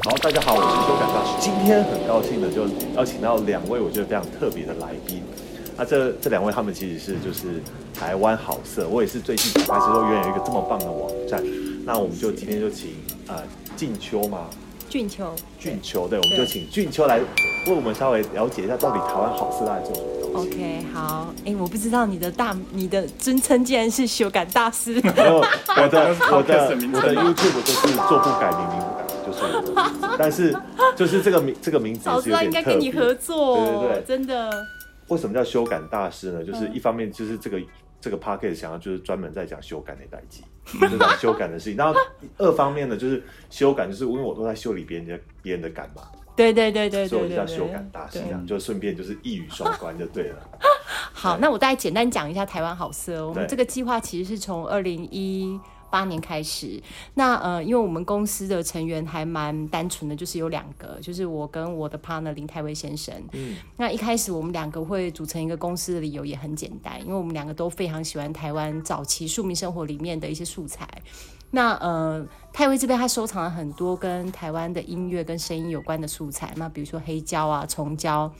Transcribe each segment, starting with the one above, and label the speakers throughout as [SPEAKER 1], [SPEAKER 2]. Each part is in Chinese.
[SPEAKER 1] 好，大家好，我是修改大师。今天很高兴的就邀请到两位我觉得非常特别的来宾。那这这两位他们其实是就是台湾好色，我也是最近才发现说原来有一个这么棒的网站。那我们就今天就请呃静秋嘛，
[SPEAKER 2] 俊秋，
[SPEAKER 1] 俊秋，对，我们就请俊秋来为我们稍微了解一下到底台湾好色在做什么东西。
[SPEAKER 2] OK，好，哎、我不知道你的大你的尊称竟然是修改大 师，
[SPEAKER 1] 然后我的我的
[SPEAKER 3] podcast 名称
[SPEAKER 1] 我的 YouTube 就是做不改名，名不改，就是我的名 字。但是就是这个名这个名字
[SPEAKER 2] 早
[SPEAKER 1] 是
[SPEAKER 2] 知
[SPEAKER 1] 有
[SPEAKER 2] 道应
[SPEAKER 1] 点
[SPEAKER 2] 该
[SPEAKER 1] 特
[SPEAKER 2] 跟
[SPEAKER 1] 别
[SPEAKER 2] 你。合作，
[SPEAKER 1] 对对对
[SPEAKER 2] 真的，
[SPEAKER 1] 为什么叫修改大师
[SPEAKER 2] 嗯
[SPEAKER 1] 呢？就是一方面就是这个这个 p a c k e t 想要就是专门在讲修改那代机，
[SPEAKER 2] 嗯
[SPEAKER 1] 就讲修改的事情。然后二方面呢，就是修改，就是因为我都在修理别人的别人的感嘛，
[SPEAKER 2] 对对对对
[SPEAKER 1] 所以
[SPEAKER 2] 对
[SPEAKER 1] 我
[SPEAKER 2] 对
[SPEAKER 1] 就叫修改大师，
[SPEAKER 2] 对
[SPEAKER 1] 这样就顺便就是一语双关就对了。
[SPEAKER 2] 好，那我大概简单讲一下台湾好色。我们
[SPEAKER 1] 对
[SPEAKER 2] 这个计划其实是从二零一八年开始。那呃，因为我们公司的成员还蛮单纯的，就是有两个，就是我跟我的 partner 林泰威先生。嗯，那一开始我们两个会组成一个公司的理由也很简单，因为我们两个都非常喜欢台湾早期庶民生活里面的一些素材。那呃，泰威这边他收藏了很多跟台湾的音乐跟声音有关的素材，那比如说黑胶啊、虫胶，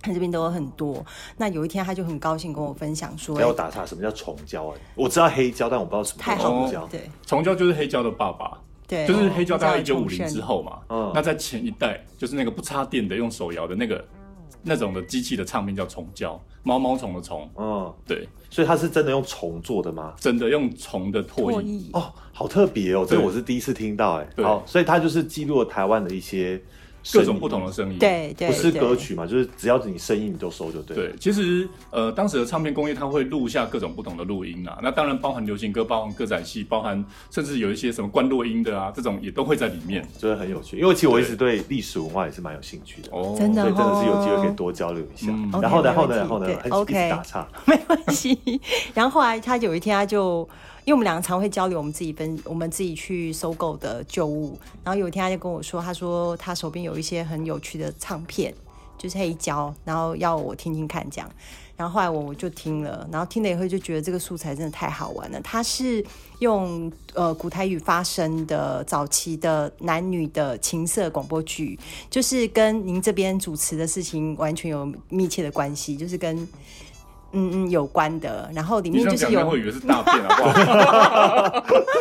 [SPEAKER 2] 他这边都有很多。那有一天他就很高兴跟我分享说
[SPEAKER 1] 不，要打岔，什么叫重胶啊？我知道黑胶，但我不知道什么
[SPEAKER 2] 太
[SPEAKER 1] 叫
[SPEAKER 2] 好
[SPEAKER 1] 重
[SPEAKER 2] 了
[SPEAKER 1] 胶，。
[SPEAKER 2] 对
[SPEAKER 3] 虫胶就是黑胶的爸爸，
[SPEAKER 2] 对，
[SPEAKER 3] 就是黑胶大概一
[SPEAKER 2] 比较
[SPEAKER 3] 九
[SPEAKER 2] 有
[SPEAKER 3] 五
[SPEAKER 2] 重
[SPEAKER 3] 零
[SPEAKER 2] 生
[SPEAKER 3] 之后嘛。
[SPEAKER 1] 嗯
[SPEAKER 3] 那在前一代就是那个不插电的用手摇的那个那种的机器的唱片叫虫胶，毛毛虫的虫，
[SPEAKER 1] 嗯，
[SPEAKER 3] 对，
[SPEAKER 1] 所以它是真的用虫做的吗？
[SPEAKER 3] 真的用虫的唾
[SPEAKER 2] 唾
[SPEAKER 3] 液。
[SPEAKER 2] 液。
[SPEAKER 1] 哦，好特别哦，这个
[SPEAKER 3] 对
[SPEAKER 1] 我是第一次听到哎。
[SPEAKER 3] 对
[SPEAKER 1] 好，所以它就是记录了台湾的一些
[SPEAKER 3] 各
[SPEAKER 1] 声
[SPEAKER 3] 种
[SPEAKER 1] 音
[SPEAKER 3] 不同的声音，
[SPEAKER 2] 对对，
[SPEAKER 1] 不是
[SPEAKER 2] 对
[SPEAKER 1] 歌，曲嘛，就是只要你声音你就收就对。，
[SPEAKER 3] 对，其实呃，当时的唱片工业它会录下各种不同的录音啊，那当然包含流行歌，包含歌仔戏，包含甚至有一些什么关落音的啊，这种也都会在里面。
[SPEAKER 1] 真的很有趣。因为其实我一直对历史文化也是蛮有兴趣的，
[SPEAKER 3] 哦
[SPEAKER 2] 真的
[SPEAKER 1] 所以真的是有机会
[SPEAKER 2] 哦
[SPEAKER 1] 可以多交流一下。
[SPEAKER 3] 嗯
[SPEAKER 1] 然后呢，然后呢，然后呢，
[SPEAKER 2] OK，没问题
[SPEAKER 1] 哎
[SPEAKER 2] 对
[SPEAKER 1] 一直
[SPEAKER 2] OK
[SPEAKER 1] 打岔。
[SPEAKER 2] 没关系。 然后后来他有一天他就，因为我们两个常会交流我们自己分我们自己去收购的旧物，然后有一天他就跟我说，他说他手边有一些很有趣的唱片，就是黑胶，然后要我听听看这样。然后后来我我就听了，然后听了以后就觉得这个素材真的太好玩了。它是用呃古台语发声的早期的男女的情色广播剧，就是跟您这边主持的事情完全有密切的关系，就是跟嗯嗯有关的。然后里
[SPEAKER 3] 你
[SPEAKER 2] 面
[SPEAKER 3] 这样
[SPEAKER 2] 就是
[SPEAKER 3] 讲，人家
[SPEAKER 2] 有
[SPEAKER 3] 会以为是大便 啊，好不好？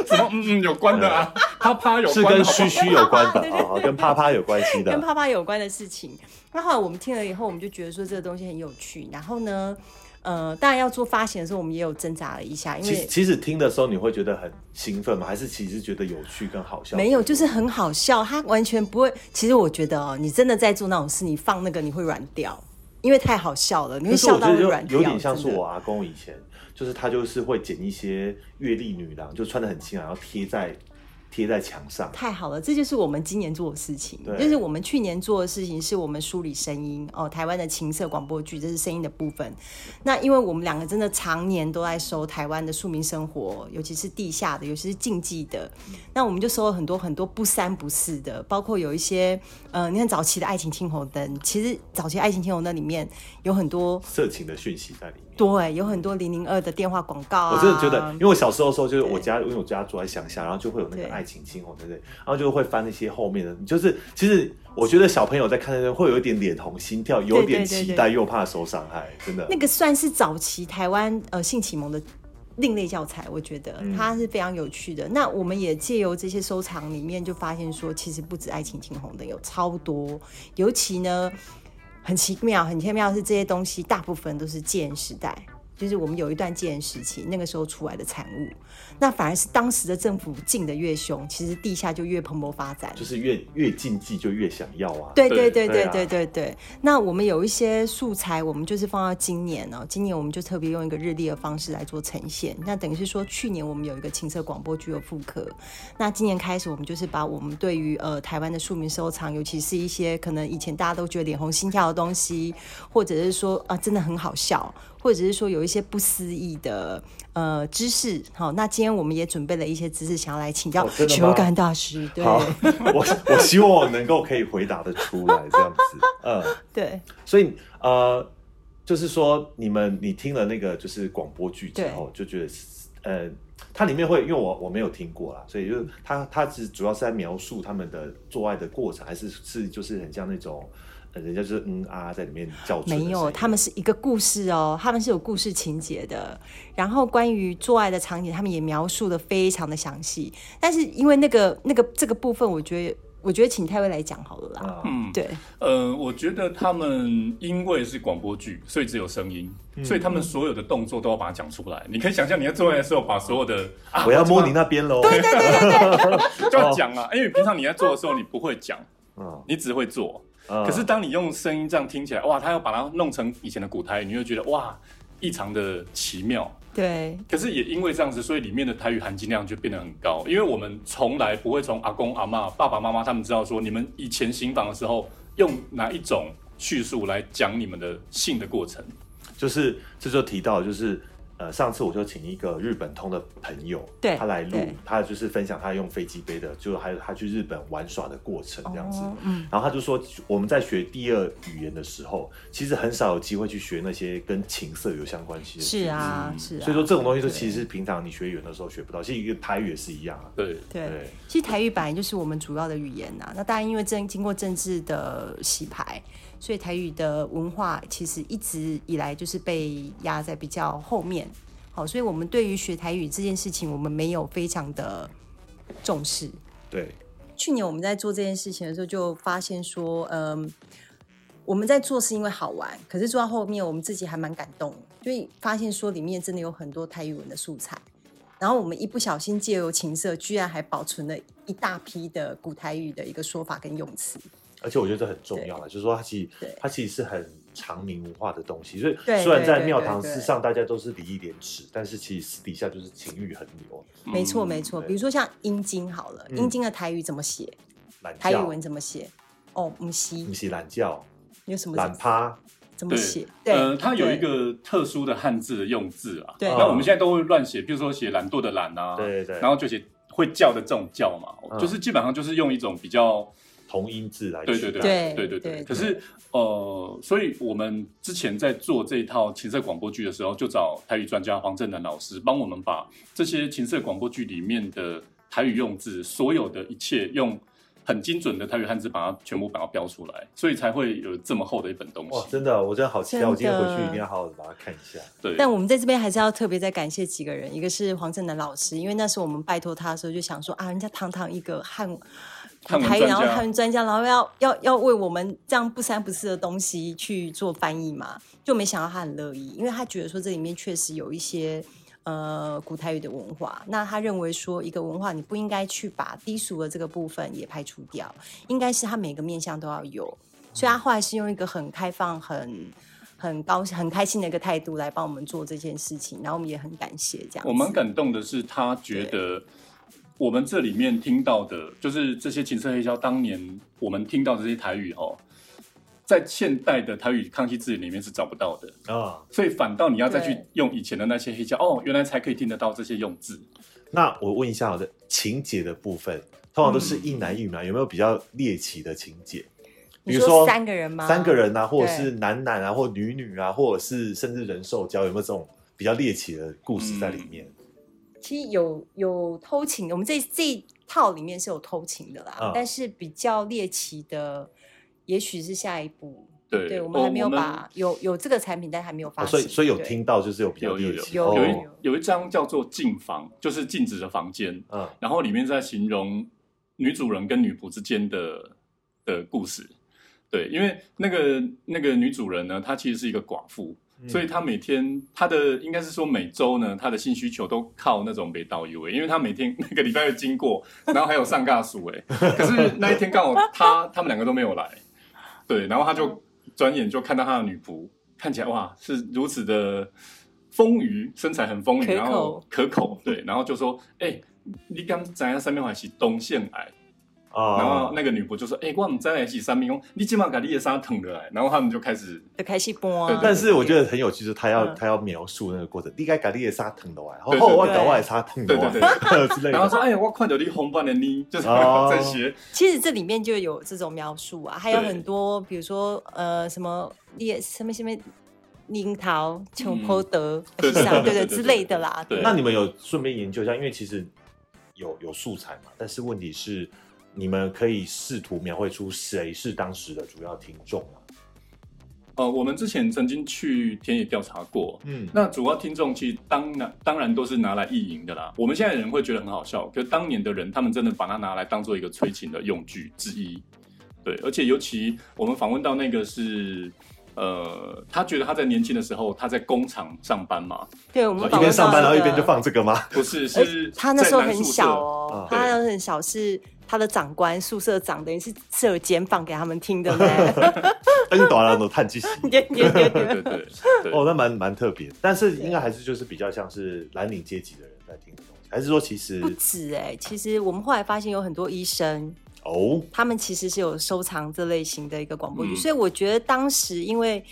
[SPEAKER 3] 什么嗯嗯有关的啊，啪啪有
[SPEAKER 1] 是
[SPEAKER 3] 关
[SPEAKER 1] 跟
[SPEAKER 3] 的好不
[SPEAKER 1] 嘘
[SPEAKER 3] 好
[SPEAKER 1] 嘘有关的
[SPEAKER 2] 对 对对
[SPEAKER 1] 哦，跟啪啪有关系的。
[SPEAKER 2] 跟啪啪有关的事情。那后来我们听了以后，我们就觉得说这个东西很有趣。然后呢，呃，当然要做发行的时候，我们也有挣扎了一下，因
[SPEAKER 1] 其实
[SPEAKER 2] 为
[SPEAKER 1] 其实听的时候你会觉得很兴奋吗？还是其实觉得有趣跟好笑？
[SPEAKER 2] 没有，就是很好笑，它完全不会。其实我觉得哦，你真的在做那种事，你放那个你会软掉，因为太好笑了，你
[SPEAKER 1] 可
[SPEAKER 2] 会
[SPEAKER 1] 是我
[SPEAKER 2] 笑
[SPEAKER 1] 觉
[SPEAKER 2] 到会
[SPEAKER 1] 得
[SPEAKER 2] 软
[SPEAKER 1] 就
[SPEAKER 2] 掉。
[SPEAKER 1] 有点像是
[SPEAKER 2] 真的
[SPEAKER 1] 我阿公以前，就是他就是会剪一些阅历女郎，就穿的很啊清凉，然后贴在贴在墙上。
[SPEAKER 2] 太好了，这就是我们今年做的事情
[SPEAKER 1] 对。
[SPEAKER 2] 就是我们去年做的事情，是我们梳理声音哦，台湾的情色广播剧，这是声音的部分。那因为我们两个真的常年都在收台湾的庶民生活，尤其是地下的，尤其是禁忌的。那我们就收了很多很多不三不四的，包括有一些呃，你看早期的《爱情青红灯》，其实早期《爱情青红灯》里面有很多
[SPEAKER 1] 色情的讯息在里面。
[SPEAKER 2] 对，有很多零零二的电话广告、啊。
[SPEAKER 1] 我真的觉得，因为我小时候的时候，就是我家，因为我家住在乡下，然后就会有那个
[SPEAKER 2] 对
[SPEAKER 1] 爱情青红灯，对不对？然后就会翻那些后面的，就是其实我觉得小朋友在看的时候会有一点脸红、心跳，有点期
[SPEAKER 2] 对对
[SPEAKER 1] 待，
[SPEAKER 2] 对
[SPEAKER 1] 又怕受伤害，真的
[SPEAKER 2] 那。个算是早期台湾呃性启蒙的另类教材，我觉得它是非常有趣的。那我们也借由这些收藏里面，就发现说，其实不止《爱情青红灯》有超多，尤其呢很奇妙，很奇妙的是这些东西大部分都是戒严时代。就是我们有一段戒严时期，那个时候出来的产物，那反而是当时的政府禁的越凶，其实地下就越蓬勃发展。
[SPEAKER 1] 就是越越禁忌就越想要啊，
[SPEAKER 2] 对
[SPEAKER 3] 对
[SPEAKER 1] 对
[SPEAKER 2] 对对对
[SPEAKER 1] 啊
[SPEAKER 2] 对对对。那我们有一些素材，我们就是放到今年哦，今年我们就特别用一个日历的方式来做呈现。那等于是说，去年我们有一个情色广播剧的复刻，那今年开始我们就是把我们对于呃台湾的庶民收藏，尤其是一些可能以前大家都觉得脸红心跳的东西，或者是说啊、真的很好笑，或者是说有一些不思议的呃知识。好，那今天我们也准备了一些知识，想要来请教
[SPEAKER 1] 哦真的吗
[SPEAKER 2] 球感大师。对
[SPEAKER 1] 好， 我我希望我能够可以回答的出来这样子，嗯，
[SPEAKER 2] 对。
[SPEAKER 1] 所以呃，就是说你们你听了那个就是广播剧之后，就觉得呃它里面会，因为我我没有听过啦，所以就是它它只主要是在描述他们的做爱的过程，还是是就是很像那种，呃人家就是嗯啊在里面叫出的声
[SPEAKER 2] 没
[SPEAKER 1] 音。
[SPEAKER 2] 有，他们是一个故事哦，他们是有故事情节的。然后关于做爱的场景，他们也描述的非常的详细。但是因为那个那个这个部分，我觉得我觉得请太尉来讲好了啦。
[SPEAKER 1] 啊、
[SPEAKER 3] 嗯，
[SPEAKER 2] 对，
[SPEAKER 3] 呃，我觉得他们因为是广播剧，所以只有声音，
[SPEAKER 1] 嗯
[SPEAKER 3] 所以他们所有的动作都要把它讲出来。你可以想象，你在做爱的时候，把所有的啊，
[SPEAKER 1] 我要摸你那哦边喽。对 对对，
[SPEAKER 3] 就要讲啊，因为平常你在做的时候，你不会讲，
[SPEAKER 1] 嗯，
[SPEAKER 3] 你只会做。
[SPEAKER 1] 嗯
[SPEAKER 3] 可是当你用声音这样听起来，哇，他要把它弄成以前的古台语，你会觉得哇，异常的奇妙。
[SPEAKER 2] 对，
[SPEAKER 3] 可是也因为这样子，所以里面的台语含金量就变得很高。因为我们从来不会从阿公阿嬷、爸爸妈妈他们知道说，你们以前行房的时候用哪一种叙述来讲你们的性的过程。
[SPEAKER 1] 就是这就提到就是。呃，上次我就请一个日本通的朋友，
[SPEAKER 2] 对
[SPEAKER 1] 他来录
[SPEAKER 2] 对，
[SPEAKER 1] 他就是分享他用飞机杯的，就是还有他去日本玩耍的过程这样子。
[SPEAKER 2] 哦嗯，
[SPEAKER 1] 然后他就说，我们在学第二语言的时候，其实很少有机会去学那些跟情色有相关系的。
[SPEAKER 2] 是啊，是啊。
[SPEAKER 1] 所以说这种东西，就
[SPEAKER 2] 对
[SPEAKER 1] 其实是平常你学语言的时候学不到，其实一个台语也是一样啊。
[SPEAKER 3] 对，
[SPEAKER 2] 对
[SPEAKER 1] 对，
[SPEAKER 2] 其实台语本来就是我们主要的语言呐、那当然，因为政经过政治的洗牌，所以台语的文化其实一直以来就是被压在比较后面。好，所以我们对于学台语这件事情，我们没有非常的重视。
[SPEAKER 1] 对，
[SPEAKER 2] 去年我们在做这件事情的时候，就发现说，嗯，我们在做是因为好玩，可是做到后面，我们自己还蛮感动，就会发现说里面真的有很多台语文的素材。然后我们一不小心借由情色，居然还保存了一大批的古台语的一个说法跟用词。
[SPEAKER 1] 而且我觉得这很重要了，就是说它其实
[SPEAKER 2] 对
[SPEAKER 1] 它其实是很长明文化的东西，所以
[SPEAKER 2] 对
[SPEAKER 1] 虽然
[SPEAKER 2] 对
[SPEAKER 1] 在
[SPEAKER 2] 对
[SPEAKER 1] 庙
[SPEAKER 2] 对
[SPEAKER 1] 堂
[SPEAKER 2] 对
[SPEAKER 1] 之上大家都是礼义廉耻，但是其实私底下就是情欲横流，
[SPEAKER 2] 没错，
[SPEAKER 3] 嗯
[SPEAKER 2] 没错。
[SPEAKER 1] 嗯对
[SPEAKER 2] 比如说像阴茎好了，
[SPEAKER 1] 嗯
[SPEAKER 2] 阴茎的台语怎么写？
[SPEAKER 1] 懒
[SPEAKER 2] 台语
[SPEAKER 1] 觉
[SPEAKER 2] 文，怎么写？哦，母
[SPEAKER 1] 你
[SPEAKER 2] 西
[SPEAKER 1] 是懒觉、
[SPEAKER 2] 有什么
[SPEAKER 1] 懒趴，
[SPEAKER 2] 怎么
[SPEAKER 3] 对
[SPEAKER 2] 写？
[SPEAKER 3] 呃，它有
[SPEAKER 2] 对
[SPEAKER 3] 一个特殊的汉字的用字啊。
[SPEAKER 2] 对
[SPEAKER 3] 那我们现在都会乱写，比如说写懒惰的懒啊，
[SPEAKER 1] 对对
[SPEAKER 3] 然后就写会叫的这种叫嘛，
[SPEAKER 1] 嗯
[SPEAKER 3] 就是基本上就是用一种比较。
[SPEAKER 1] 同音字来
[SPEAKER 3] 对
[SPEAKER 1] 取
[SPEAKER 3] 对
[SPEAKER 1] 代
[SPEAKER 2] 对
[SPEAKER 3] 对对对
[SPEAKER 2] 对
[SPEAKER 3] 可是呃，所以我们之前在做这一套情色广播剧的时候，就找台语专家黄正南老师帮我们把这些情色广播剧里面的台语用字，所有的一切用很精准的台语汉字把它全部把它标出来，所以才会有这么厚的一本东
[SPEAKER 1] 哇，
[SPEAKER 3] 西。
[SPEAKER 1] 真的，我真的好期待，我今天
[SPEAKER 2] 真
[SPEAKER 1] 回
[SPEAKER 2] 的
[SPEAKER 1] 去一定要好好的把它看一下。
[SPEAKER 3] 对，
[SPEAKER 2] 但我们在这边还是要特别再感谢几个人，一个是黄正南老师，因为那时候我们拜托他的时候就想说啊，人家堂堂一个汉
[SPEAKER 3] 汉文
[SPEAKER 2] 台语，
[SPEAKER 3] 专
[SPEAKER 2] 然后
[SPEAKER 3] 家
[SPEAKER 2] 汉文专家，然后要要要为我们这样不三不四的东西去做翻译嘛，就没想到他很乐意，因为他觉得说这里面确实有一些。呃，古台语的文化，那他认为说，一个文化你不应该去把低俗的这个部分也排除掉，应该是他每个面向都要有。
[SPEAKER 1] 嗯
[SPEAKER 2] 所以他后来是用一个很开放、很很高、很开心的一个态度来帮我们做这件事情，然后我们也很感谢这样子。
[SPEAKER 3] 我蛮感动的是，他觉得我们这里面听到的，就是这些情色黑销，当年我们听到的这些台语哦，在现代的台语康熙字典里面是找不到的。
[SPEAKER 1] 啊、
[SPEAKER 3] 所以反倒你要再去
[SPEAKER 2] 对
[SPEAKER 3] 用以前的那些黑胶，哦，原来才可以听得到这些用字。
[SPEAKER 1] 那我问一下我的情节的部分，通常都
[SPEAKER 2] 嗯
[SPEAKER 1] 是一男一女嘛，有没有比较猎奇的情节？
[SPEAKER 2] 你
[SPEAKER 1] 比如
[SPEAKER 2] 说
[SPEAKER 1] 说
[SPEAKER 2] 三个人吗？
[SPEAKER 1] 三个人啊，或者
[SPEAKER 2] 对
[SPEAKER 1] 是男男啊，或女女啊，或者是甚至人兽交，有没有这种比较猎奇的故事在里面？
[SPEAKER 2] 其实有有偷情的，我们这这一套里面是有偷情的啦，
[SPEAKER 1] 嗯
[SPEAKER 2] 但是比较猎奇的，也许是下一步。
[SPEAKER 3] 对
[SPEAKER 2] 对，我们还没有
[SPEAKER 3] 我们
[SPEAKER 2] 把有有这个产品，但还没嗯有发
[SPEAKER 1] 哦
[SPEAKER 2] 行。
[SPEAKER 1] 所以所以有
[SPEAKER 2] 对
[SPEAKER 1] 听到就是有比较
[SPEAKER 3] 有有
[SPEAKER 1] 猎
[SPEAKER 3] 有
[SPEAKER 1] 奇，
[SPEAKER 2] 有
[SPEAKER 1] 哦
[SPEAKER 3] 有一有一张叫做禁房，就是禁止的房间，
[SPEAKER 1] 嗯
[SPEAKER 3] 然后里面在形容女主人跟女仆之间的的故事。对，因为那个那个女主人呢，她其实是一个寡妇，
[SPEAKER 1] 嗯
[SPEAKER 3] 所以她每天她的应该是说每周呢，她的性需求都靠那种北岛 U 因为她每天那个礼拜会经过， 然后还有上尬数哎，可是那一天刚好她他们两个都没有来，对，然后她就转眼就看到她的女仆看起来哇是如此的丰腴，身材很丰
[SPEAKER 2] 可口
[SPEAKER 3] 腴，然后可口对，然后就说哎、你刚怎样上面还是东线癌？然后
[SPEAKER 1] 啊，
[SPEAKER 3] 那个女仆就说：“哎、我们在一起三明宫，你今晚把你的衫腾了来。”然后他们就开始，
[SPEAKER 2] 就开始播
[SPEAKER 3] 对
[SPEAKER 2] 啊
[SPEAKER 3] 对。
[SPEAKER 1] 但是我觉得很有趣，就是他要、
[SPEAKER 2] 嗯
[SPEAKER 1] 他要描述那个过程，你该搞你的沙腾的啊，
[SPEAKER 3] 对
[SPEAKER 1] 然后我
[SPEAKER 3] 对
[SPEAKER 1] 搞我的沙腾的
[SPEAKER 3] 对对
[SPEAKER 1] 啊 之类
[SPEAKER 3] 然后
[SPEAKER 1] 的。
[SPEAKER 3] 说：“哎、我看到你红斑的你，就是
[SPEAKER 1] 哦
[SPEAKER 3] 这些。
[SPEAKER 2] 其实这里面就有这种描述啊，还有
[SPEAKER 3] 对
[SPEAKER 2] 很多，比如说呃什么猎什么什么樱桃、琼坡德、西上，对对之类的啦。
[SPEAKER 3] 对
[SPEAKER 1] 那你们有顺便研究一下，因为其实有有素材嘛，但是问题是，你们可以试图描绘出谁是当时的主要听众啊嘛？
[SPEAKER 3] 呃，我们之前曾经去田野调查过，
[SPEAKER 1] 嗯，
[SPEAKER 3] 那主要听众其实当然当然都是拿来意淫的啦。我们现在的人会觉得很好笑，可是当年的人他们真的把它拿来当做一个催情的用具之一。对，而且尤其我们访问到那个是，呃，他觉得他在年轻的时候他在工厂上班嘛，
[SPEAKER 2] 对，我们
[SPEAKER 1] 一边上班然后一边就
[SPEAKER 2] 放。
[SPEAKER 1] 放这个吗？
[SPEAKER 3] 不是是
[SPEAKER 2] 哎他那时候
[SPEAKER 3] 在男
[SPEAKER 2] 很
[SPEAKER 3] 宿舍
[SPEAKER 2] 小
[SPEAKER 1] 啊，
[SPEAKER 2] 哦他那时候很小，是他的长官宿舍长，等于是设有肩膀给他们听的呢。
[SPEAKER 1] 哎，你懂了，我叹气息。
[SPEAKER 2] 对对对
[SPEAKER 3] 对
[SPEAKER 2] 对
[SPEAKER 3] 对对 对。
[SPEAKER 1] 哦，那蛮蛮特别，但是应该还是就是比较像是蓝领阶级的人在听的东西，还是说其实
[SPEAKER 2] 不止哎、其实我们后来发现有很多医生，
[SPEAKER 1] 哦，
[SPEAKER 2] 他们其实是有收藏这类型的一个广播剧，
[SPEAKER 3] 嗯
[SPEAKER 2] 所以我觉得当时因为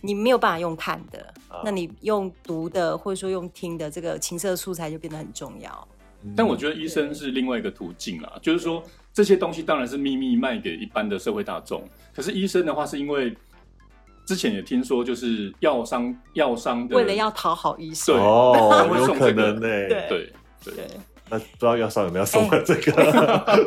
[SPEAKER 2] 你没有办法用看的，
[SPEAKER 1] 啊
[SPEAKER 2] 那你用读的或者说用听的这个情色素材就变得很重要。
[SPEAKER 1] 嗯
[SPEAKER 3] 但我觉得医生是另外一个途径啦，就是说这些东西当然是秘密卖给一般的社会大众，可是医生的话是因为之前也听说，就是药商药商的
[SPEAKER 2] 为了要讨好医生，
[SPEAKER 3] 对
[SPEAKER 1] 哦，
[SPEAKER 3] 会
[SPEAKER 1] 有
[SPEAKER 3] 送
[SPEAKER 1] 可
[SPEAKER 3] 这个
[SPEAKER 1] 能呢、
[SPEAKER 2] 对
[SPEAKER 3] 对，
[SPEAKER 2] 对，
[SPEAKER 1] 那不知道药商有没有送了这个？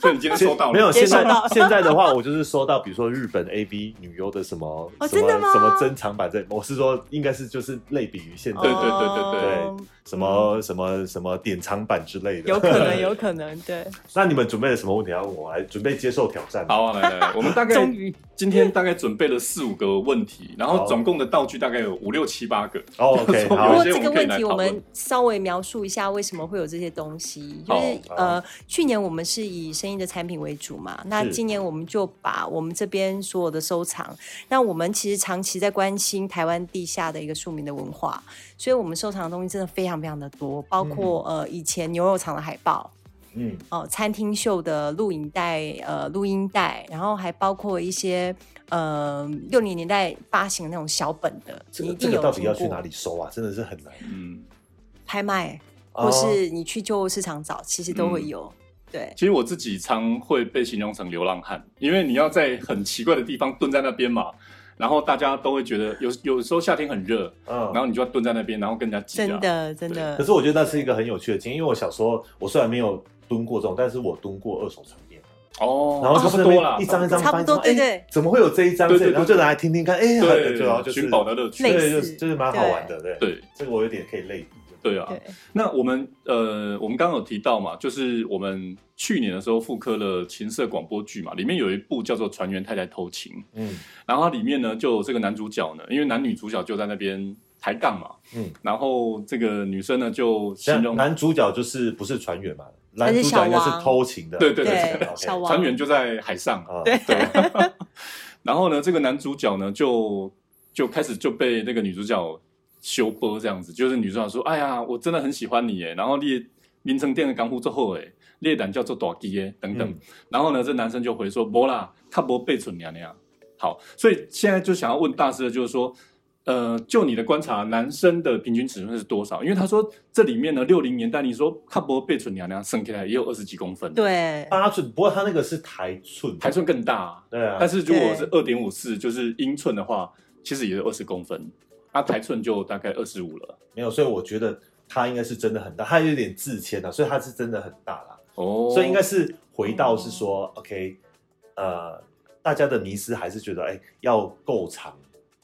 [SPEAKER 3] 所以你今天哎收到了
[SPEAKER 1] 没有，
[SPEAKER 2] 接
[SPEAKER 1] 现
[SPEAKER 2] 收
[SPEAKER 1] 在
[SPEAKER 2] 到
[SPEAKER 1] 现在的话，我就是收到，比如说日本 A V 女优的什么
[SPEAKER 2] 哦
[SPEAKER 1] 什么
[SPEAKER 2] 真的吗
[SPEAKER 1] 什么珍藏版这，我是说应该是就是类比于现在
[SPEAKER 3] 对对对对
[SPEAKER 1] 对什么、什么什么典藏版之类的。
[SPEAKER 2] 哦有可能，有可能， 对，
[SPEAKER 1] 那你们准备了什么问题要问我？来准备接受挑战。，
[SPEAKER 3] 好啊，来来来，我们大概
[SPEAKER 2] 终于
[SPEAKER 3] 今天大概准备了四五个问题，然后总共的道具大概有五六七八个。
[SPEAKER 1] 哦，OK，
[SPEAKER 2] 不
[SPEAKER 3] 不
[SPEAKER 1] 好
[SPEAKER 2] 过
[SPEAKER 3] 有些
[SPEAKER 2] 这
[SPEAKER 3] 我
[SPEAKER 2] 个
[SPEAKER 3] 们可以
[SPEAKER 2] 问
[SPEAKER 3] 来
[SPEAKER 2] 题，
[SPEAKER 3] 讨
[SPEAKER 2] 我
[SPEAKER 3] 论
[SPEAKER 2] 们稍微描述一下为什么会有这些东西。就
[SPEAKER 3] 好
[SPEAKER 2] 是
[SPEAKER 1] 好
[SPEAKER 2] 呃，去年我们是以声音的产品为主嘛，那
[SPEAKER 1] 是
[SPEAKER 2] 今年我们就把我们这边所有的收藏。那我们其实长期在关心台湾地下的一个庶民的文化，所以我们收藏的东西真的非常非常的多，包括、呃以前牛肉厂的海报，
[SPEAKER 1] 嗯，
[SPEAKER 2] 哦，餐厅秀的录影带、呃录音带，然后还包括一些呃六零年代发行的那种小本的，
[SPEAKER 1] 这
[SPEAKER 2] 你
[SPEAKER 1] 个
[SPEAKER 2] 一
[SPEAKER 1] 这
[SPEAKER 2] 定
[SPEAKER 1] 个
[SPEAKER 2] 有
[SPEAKER 1] 到底
[SPEAKER 2] 听
[SPEAKER 1] 要去
[SPEAKER 2] 过
[SPEAKER 1] 哪里收啊？真的是很难。
[SPEAKER 3] 嗯，
[SPEAKER 2] 拍卖，
[SPEAKER 1] 哦嗯
[SPEAKER 2] 或是你去旧物市场找，其实都会有。对，
[SPEAKER 3] 其实我自己常会被形容成流浪汉，因为你要在很奇怪的地方蹲在那边嘛，然后大家都会觉得有有时候夏天很热，
[SPEAKER 1] 嗯
[SPEAKER 3] 然后你就要蹲在那边，然后跟人家挤、啊。
[SPEAKER 2] 真的真的
[SPEAKER 1] 可，是我觉得那是一个很有趣的经验，因为我小时候我虽然没有蹲过这种，但是我蹲过二手床垫，
[SPEAKER 3] 哦，
[SPEAKER 1] 然后
[SPEAKER 3] 差
[SPEAKER 1] 就是
[SPEAKER 3] 不
[SPEAKER 1] 那边
[SPEAKER 3] 多啦，
[SPEAKER 1] 一张一张
[SPEAKER 2] 差不
[SPEAKER 1] 翻
[SPEAKER 2] 多
[SPEAKER 1] 说
[SPEAKER 2] 对
[SPEAKER 1] 哎
[SPEAKER 2] 对
[SPEAKER 1] 怎么会有这一张？
[SPEAKER 3] 对
[SPEAKER 1] 这
[SPEAKER 3] 对
[SPEAKER 1] 然后就拿来听听看，哎，很
[SPEAKER 3] 对，
[SPEAKER 1] 就然后就是
[SPEAKER 3] 寻宝的乐趣。
[SPEAKER 2] 类似
[SPEAKER 1] 对，就是就是蛮好玩的，对。
[SPEAKER 3] 对
[SPEAKER 1] 这个我有点可以类比，
[SPEAKER 3] 对啊，
[SPEAKER 2] 对，
[SPEAKER 3] 那我们呃，我们刚刚有提到嘛，就是我们去年的时候复刻了情色广播剧嘛，里面有一部叫做《船员太太偷情》，
[SPEAKER 1] 嗯，
[SPEAKER 3] 然后它里面呢就有这个男主角呢，因为男女主角就在那边抬杠嘛，
[SPEAKER 1] 嗯，
[SPEAKER 3] 然后这个女生呢就形
[SPEAKER 1] 像
[SPEAKER 3] 容
[SPEAKER 1] 男主角就是不是船员嘛，男
[SPEAKER 2] 是
[SPEAKER 1] 主角应该
[SPEAKER 2] 小
[SPEAKER 1] 是
[SPEAKER 2] 王
[SPEAKER 1] 偷情的，
[SPEAKER 3] 对对
[SPEAKER 2] 对
[SPEAKER 1] OK
[SPEAKER 2] 小王
[SPEAKER 3] 船员就在海上，
[SPEAKER 1] 啊，
[SPEAKER 2] 对
[SPEAKER 3] 对。然后呢，这个男主角呢就就开始就被那个女主角修波这样子，就是女主角说：“哎呀，我真的很喜欢你耶，然后你名城店的港虎之后哎，列胆叫做大鸡耶等等。
[SPEAKER 1] 嗯
[SPEAKER 3] 然后呢，这男生就回说：“不啦，他不被蠢娘娘。”好，所以现在就想要问大师的就是说。呃，就你的观察，男生的平均尺寸是多少？因为他说这里面呢，六零年代你说卡波贝纯娘娘升起来也有二十几公分，，
[SPEAKER 2] 对，
[SPEAKER 1] 八寸，不过他那个是台寸，
[SPEAKER 3] 还算更大、啊。
[SPEAKER 1] 对啊
[SPEAKER 3] 但，是如果是二点五四，就是英寸的话，其实也是二十公分，那、台寸就大概二十五了。
[SPEAKER 1] 没有，所以我觉得他应该是真的很大，他有点自谦啊，所以他是真的很大啦。
[SPEAKER 3] 哦
[SPEAKER 1] 所以应该是回到是说、o k 呃，大家的迷思还是觉得，哎、要够长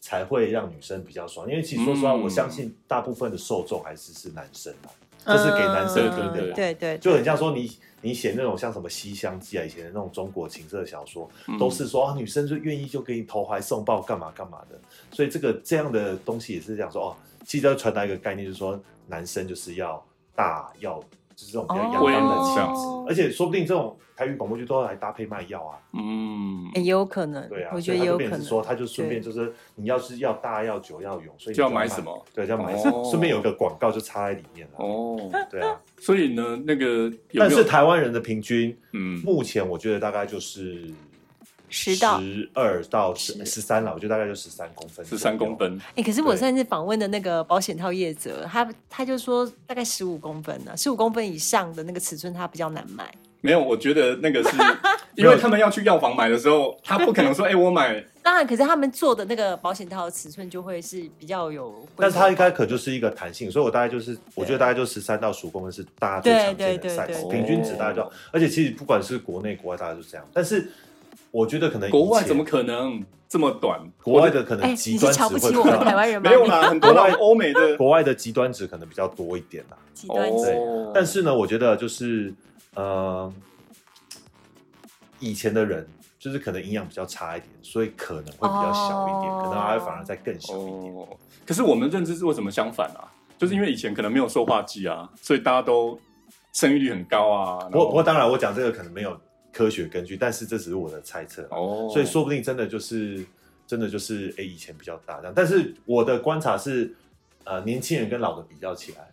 [SPEAKER 1] 才会让女生比较爽，因为其实说实话，
[SPEAKER 3] 嗯
[SPEAKER 1] 我相信大部分的受众还是是男生啦，这是给男生
[SPEAKER 3] 对
[SPEAKER 1] 听的啦，
[SPEAKER 2] 嗯
[SPEAKER 3] 对对
[SPEAKER 2] 对对，
[SPEAKER 1] 就很像说你你写那种像什么《西厢记》啊，以前的那种中国情色小说，
[SPEAKER 3] 嗯
[SPEAKER 1] 都是说啊女生就愿意就给你投怀送抱，干嘛干嘛的。所以这个这样的东西也是这样说哦，其实要传达一个概念，就是说男生就是要大要就是这种比较阳
[SPEAKER 2] 哦
[SPEAKER 3] 威
[SPEAKER 1] 刚的
[SPEAKER 3] 武
[SPEAKER 1] 气
[SPEAKER 3] 这样
[SPEAKER 1] 质，而且说不定这种台语广播剧都要来搭配卖药啊，
[SPEAKER 3] 嗯，
[SPEAKER 2] 也有可能
[SPEAKER 1] 对啊，，
[SPEAKER 2] 我觉得也有
[SPEAKER 1] 所以他就
[SPEAKER 2] 可
[SPEAKER 1] 变
[SPEAKER 2] 能
[SPEAKER 1] 成。说他就顺便就是你要是要大要久要勇，所以你
[SPEAKER 3] 就要
[SPEAKER 1] 买
[SPEAKER 3] 买什么？
[SPEAKER 1] 对，就要买什么，
[SPEAKER 3] 哦
[SPEAKER 1] 顺便有个广告就插在里面了。
[SPEAKER 3] 哦，
[SPEAKER 1] 对啊，
[SPEAKER 3] 所以呢，那个有
[SPEAKER 1] 但
[SPEAKER 3] 没
[SPEAKER 1] 是
[SPEAKER 3] 有？
[SPEAKER 1] 台湾人的平均
[SPEAKER 3] 嗯，
[SPEAKER 1] 目前我觉得大概就是
[SPEAKER 2] 十到
[SPEAKER 1] 十二到十十三了，我觉得大概就十三公分，
[SPEAKER 3] 十三公。分，
[SPEAKER 2] 哎、可是我
[SPEAKER 1] 对
[SPEAKER 2] 上次访问的那个保险套业者，他他就说大概十五公分呢、啊，十五公分以上的那个尺寸他比较难买。
[SPEAKER 3] 没有，我觉得那个是因为他们要去药房买的时候，他不可能说，哎、我买
[SPEAKER 2] 当然，可是他们做的那个保险套的尺寸就会是比较有，
[SPEAKER 1] 但是它应该可就是一个弹性，所以我大概就是，我觉得大概就十三到十五公分是大家最常见的
[SPEAKER 2] 对对对
[SPEAKER 1] size，
[SPEAKER 2] 对
[SPEAKER 1] 平均值大概就
[SPEAKER 3] 哦，
[SPEAKER 1] 而且其实不管是国内国外，大家就这样。但是我觉得可能以前
[SPEAKER 3] 国外怎么可能这么短？
[SPEAKER 1] 国外的可
[SPEAKER 2] 哎、
[SPEAKER 1] 能极
[SPEAKER 2] 你
[SPEAKER 1] 端值
[SPEAKER 2] 是瞧不
[SPEAKER 1] 会
[SPEAKER 2] 起
[SPEAKER 1] 比
[SPEAKER 2] 我们台
[SPEAKER 1] 较，
[SPEAKER 2] 湾人吗？
[SPEAKER 3] 没有啦，很多那种欧美的
[SPEAKER 1] 国外的极端值可能比较多一点啦。
[SPEAKER 2] 你极端值。
[SPEAKER 3] 哦
[SPEAKER 1] 但是呢，我觉得就是呃，以前的人就是可能营养比较差一点，所以可能会比较小一点，
[SPEAKER 2] 哦
[SPEAKER 1] 可能还会反而再更小一点。
[SPEAKER 3] 哦，可是我们认知是为什么相反啊？就是因为以前可能没有塑化剂啊，所以大家都生育率很高啊。然
[SPEAKER 1] 不过不
[SPEAKER 3] 后
[SPEAKER 1] 过当然，我讲这个可能没有科学根据，但是这只是我的猜测啦。
[SPEAKER 3] 哦，
[SPEAKER 1] 所以说不定真的就是真的就是诶、以前比较大这样，但是我的观察是，呃，年轻人跟老的比较起来，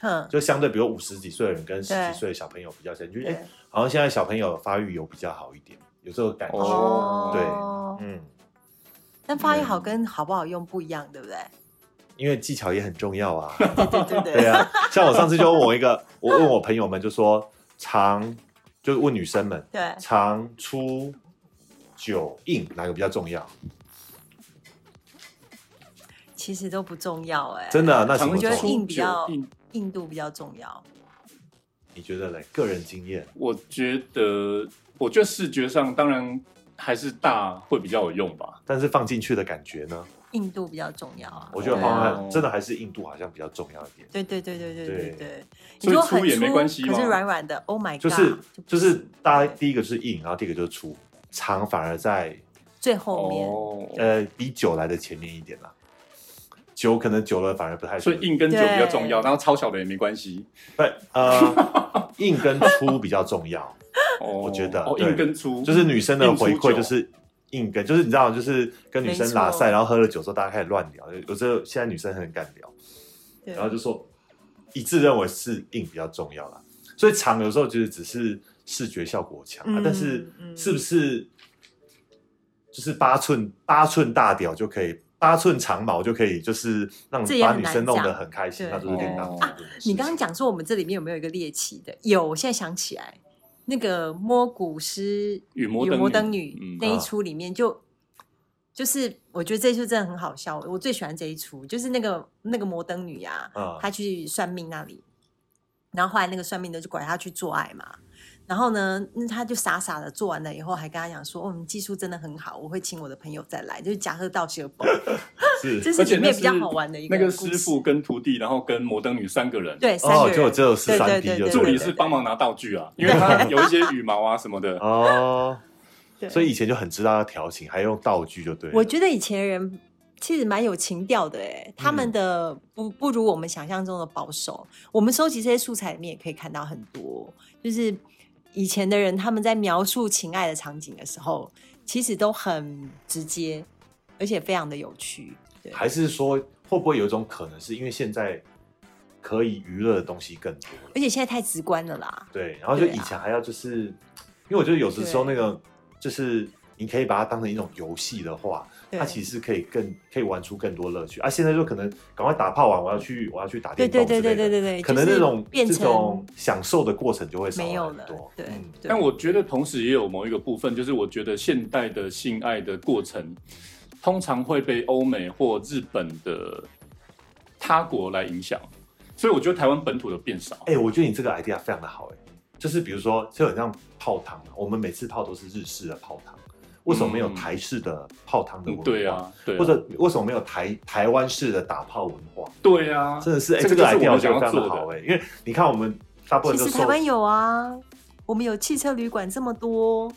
[SPEAKER 2] 哼，
[SPEAKER 1] 就相对比如五十几岁的人跟十
[SPEAKER 2] 对
[SPEAKER 1] 几岁的小朋友比较起来，你就觉得、
[SPEAKER 2] 对
[SPEAKER 1] 诶好像现在小朋友发育有比较好一点，有这个感觉。
[SPEAKER 3] 哦对
[SPEAKER 2] 对，
[SPEAKER 1] 嗯，
[SPEAKER 2] 但发育好跟好不好用不一样， 对不对？
[SPEAKER 1] 因为技巧也很重要啊。
[SPEAKER 2] 对对对
[SPEAKER 1] 对啊，像我上次就问我一个，我问我朋友们就说长，就是问女生们
[SPEAKER 2] 对，
[SPEAKER 1] 长粗。久硬哪个比较重要？
[SPEAKER 2] 其实都不重要哎、
[SPEAKER 1] 真的啊、那什
[SPEAKER 3] 常
[SPEAKER 1] 么
[SPEAKER 2] 我觉
[SPEAKER 1] 重
[SPEAKER 2] 得
[SPEAKER 1] 要？
[SPEAKER 2] 硬比较
[SPEAKER 3] 硬
[SPEAKER 2] 硬度比较重要。
[SPEAKER 1] 你觉得嘞？个人经验，
[SPEAKER 3] 我觉得，我觉得视觉上当然还是大会比较有用吧。
[SPEAKER 1] 但是放进去的感觉呢？
[SPEAKER 2] 硬度比较重要啊。
[SPEAKER 1] 我觉得
[SPEAKER 2] 对
[SPEAKER 1] 好
[SPEAKER 2] 啊
[SPEAKER 1] 像
[SPEAKER 3] 哦
[SPEAKER 1] 还真的还是硬度好像比较重要一点，
[SPEAKER 2] 对对对对对对
[SPEAKER 1] 对
[SPEAKER 2] 对，
[SPEAKER 3] 所
[SPEAKER 2] 你
[SPEAKER 3] 以
[SPEAKER 2] 说
[SPEAKER 3] 粗
[SPEAKER 2] 很
[SPEAKER 3] 也没关系
[SPEAKER 2] 可是
[SPEAKER 3] 吗
[SPEAKER 2] 软软的，Oh my god，
[SPEAKER 1] 就是
[SPEAKER 2] 不
[SPEAKER 1] 就是大家
[SPEAKER 2] 对
[SPEAKER 1] 第一个就是硬，然后第一个就是粗，长反而在
[SPEAKER 2] 最后面，
[SPEAKER 3] 哦，
[SPEAKER 1] 呃比久来的前面一点啦，久可能久了反而不太舒
[SPEAKER 3] 所
[SPEAKER 1] 服
[SPEAKER 3] 以硬跟久比较重要，
[SPEAKER 2] 对
[SPEAKER 3] 然后超小的也没关系。
[SPEAKER 1] 不呃硬跟粗比较重 要，
[SPEAKER 3] 哦，
[SPEAKER 1] 我觉得
[SPEAKER 3] 哦，
[SPEAKER 1] 对
[SPEAKER 3] 硬跟粗
[SPEAKER 1] 就是女生的回
[SPEAKER 3] 硬粗
[SPEAKER 1] 馈
[SPEAKER 3] 久
[SPEAKER 1] 就是。硬跟就是你知道，就是跟女生拉
[SPEAKER 2] 没错
[SPEAKER 1] 塞，然后喝了酒之后，大家开始乱聊。有时候现在女生很敢聊，
[SPEAKER 2] 对
[SPEAKER 1] 然后就说一致认为是硬比较重要啦。所以长有时候其实只是视觉效果强、啊，
[SPEAKER 2] 嗯
[SPEAKER 1] 但是
[SPEAKER 2] 嗯
[SPEAKER 1] 是不是就是八寸八寸大屌就可以，八寸长毛就可以，就是让
[SPEAKER 2] 这也
[SPEAKER 1] 把
[SPEAKER 2] 很
[SPEAKER 1] 女
[SPEAKER 2] 难
[SPEAKER 1] 生弄得
[SPEAKER 2] 讲
[SPEAKER 1] 很开心，
[SPEAKER 2] 对
[SPEAKER 1] 那就是另当
[SPEAKER 3] 哦
[SPEAKER 1] 别论的事情。
[SPEAKER 2] 啊你刚刚讲说我们这里面有没有一个猎奇的？有，我现在想起来，那个摸古诗
[SPEAKER 3] 与摩
[SPEAKER 2] 与
[SPEAKER 3] 登
[SPEAKER 2] 摩
[SPEAKER 3] 女
[SPEAKER 2] 登女
[SPEAKER 3] 嗯
[SPEAKER 2] 那一出里面就。就是我觉得这一出真的很好笑，我最喜欢这一出，就是那个那个摩登女啊，
[SPEAKER 1] 嗯
[SPEAKER 2] 她去算命那里，然后后来那个算命的就拐她去做爱嘛，然后呢，那她就傻傻的做完了以后，还跟她讲说，哦，你技术真的很好，我会请我的朋友再来，就是夹喝到舌 崩，
[SPEAKER 1] 是
[SPEAKER 2] 这是
[SPEAKER 3] 而且
[SPEAKER 2] 里
[SPEAKER 3] 那
[SPEAKER 2] 面比
[SPEAKER 3] 是
[SPEAKER 2] 较好玩的一
[SPEAKER 3] 那个
[SPEAKER 2] 故
[SPEAKER 3] 师
[SPEAKER 2] 事
[SPEAKER 3] 傅跟徒弟，然后跟摩登女三个人，，
[SPEAKER 2] 对三个
[SPEAKER 1] 哦，
[SPEAKER 2] 人，
[SPEAKER 1] 就只有十
[SPEAKER 2] 对
[SPEAKER 1] 三
[SPEAKER 2] 对
[SPEAKER 1] P
[SPEAKER 2] 对
[SPEAKER 1] 就
[SPEAKER 2] 对
[SPEAKER 1] 对
[SPEAKER 3] 助理
[SPEAKER 1] 了
[SPEAKER 3] 是帮忙拿道具啊， 因为他有一些羽毛啊什么 的。
[SPEAKER 1] 哦，
[SPEAKER 2] 对
[SPEAKER 1] 所以以前就很知道要调情，还用道具就对了。
[SPEAKER 2] 我觉得以前人其实蛮有情调的，哎，他们的
[SPEAKER 1] 嗯
[SPEAKER 2] 不不如我们想象中的保守。我们收集这些素材里面也可以看到很多，就是以前的人他们在描述情爱的场景的时候，其实都很直接，而且非常的有趣。对，
[SPEAKER 1] 还是说会不会有一种可能，是因为现在可以娱乐的东西更多了？
[SPEAKER 2] 而且现在太直观了啦。
[SPEAKER 1] 对，然后就
[SPEAKER 2] 对啊
[SPEAKER 1] 以前还要就是，因为我觉得有的时候那个就是你可以把它当成一种游戏的话，
[SPEAKER 2] 对
[SPEAKER 1] 它其实可以更可以玩出更多乐趣。啊，现在就可能赶快打炮完，我要去我要去打
[SPEAKER 2] 对
[SPEAKER 1] 电
[SPEAKER 2] 对
[SPEAKER 1] 动
[SPEAKER 2] 对
[SPEAKER 1] 之
[SPEAKER 2] 对
[SPEAKER 1] 类
[SPEAKER 2] 对
[SPEAKER 1] 的。
[SPEAKER 2] 对对，
[SPEAKER 1] 可能那种
[SPEAKER 2] 就是变
[SPEAKER 1] 这
[SPEAKER 2] 成
[SPEAKER 1] 种享受的过程就会少
[SPEAKER 2] 没
[SPEAKER 1] 了
[SPEAKER 2] 有
[SPEAKER 1] 很
[SPEAKER 2] 了
[SPEAKER 1] 多。。
[SPEAKER 2] 对
[SPEAKER 1] 嗯，
[SPEAKER 2] 对
[SPEAKER 3] 但我觉得同时也有某一个部分，就是我觉得现代的性爱的过程，通常会被欧美或日本的他国来影响，所以我觉得台湾本土的变少。
[SPEAKER 1] 哎、我觉得你这个 idea 非常的好、哎，就是比如说就很像泡汤嘛，我们每次泡都是日式的泡汤，为什么没有
[SPEAKER 3] 嗯
[SPEAKER 1] 台式的泡汤的文
[SPEAKER 3] 嗯
[SPEAKER 1] 化？
[SPEAKER 3] 对，啊，对啊，
[SPEAKER 1] 或者为什么没有台台湾式的打炮文化？
[SPEAKER 3] 对啊，
[SPEAKER 1] 真的是哎、欸，
[SPEAKER 3] 这
[SPEAKER 1] 这
[SPEAKER 3] 个
[SPEAKER 1] 个
[SPEAKER 3] 就是
[SPEAKER 1] idea
[SPEAKER 3] 我
[SPEAKER 1] 我
[SPEAKER 3] 们
[SPEAKER 1] 觉
[SPEAKER 3] 想
[SPEAKER 1] 得
[SPEAKER 3] 要
[SPEAKER 1] 非常
[SPEAKER 3] 做
[SPEAKER 1] 的
[SPEAKER 3] 的
[SPEAKER 1] 好哎、因为你看我们大部分
[SPEAKER 2] 其
[SPEAKER 1] 都
[SPEAKER 2] 实
[SPEAKER 1] 受
[SPEAKER 2] 台湾有啊，我们有汽车旅馆这么多。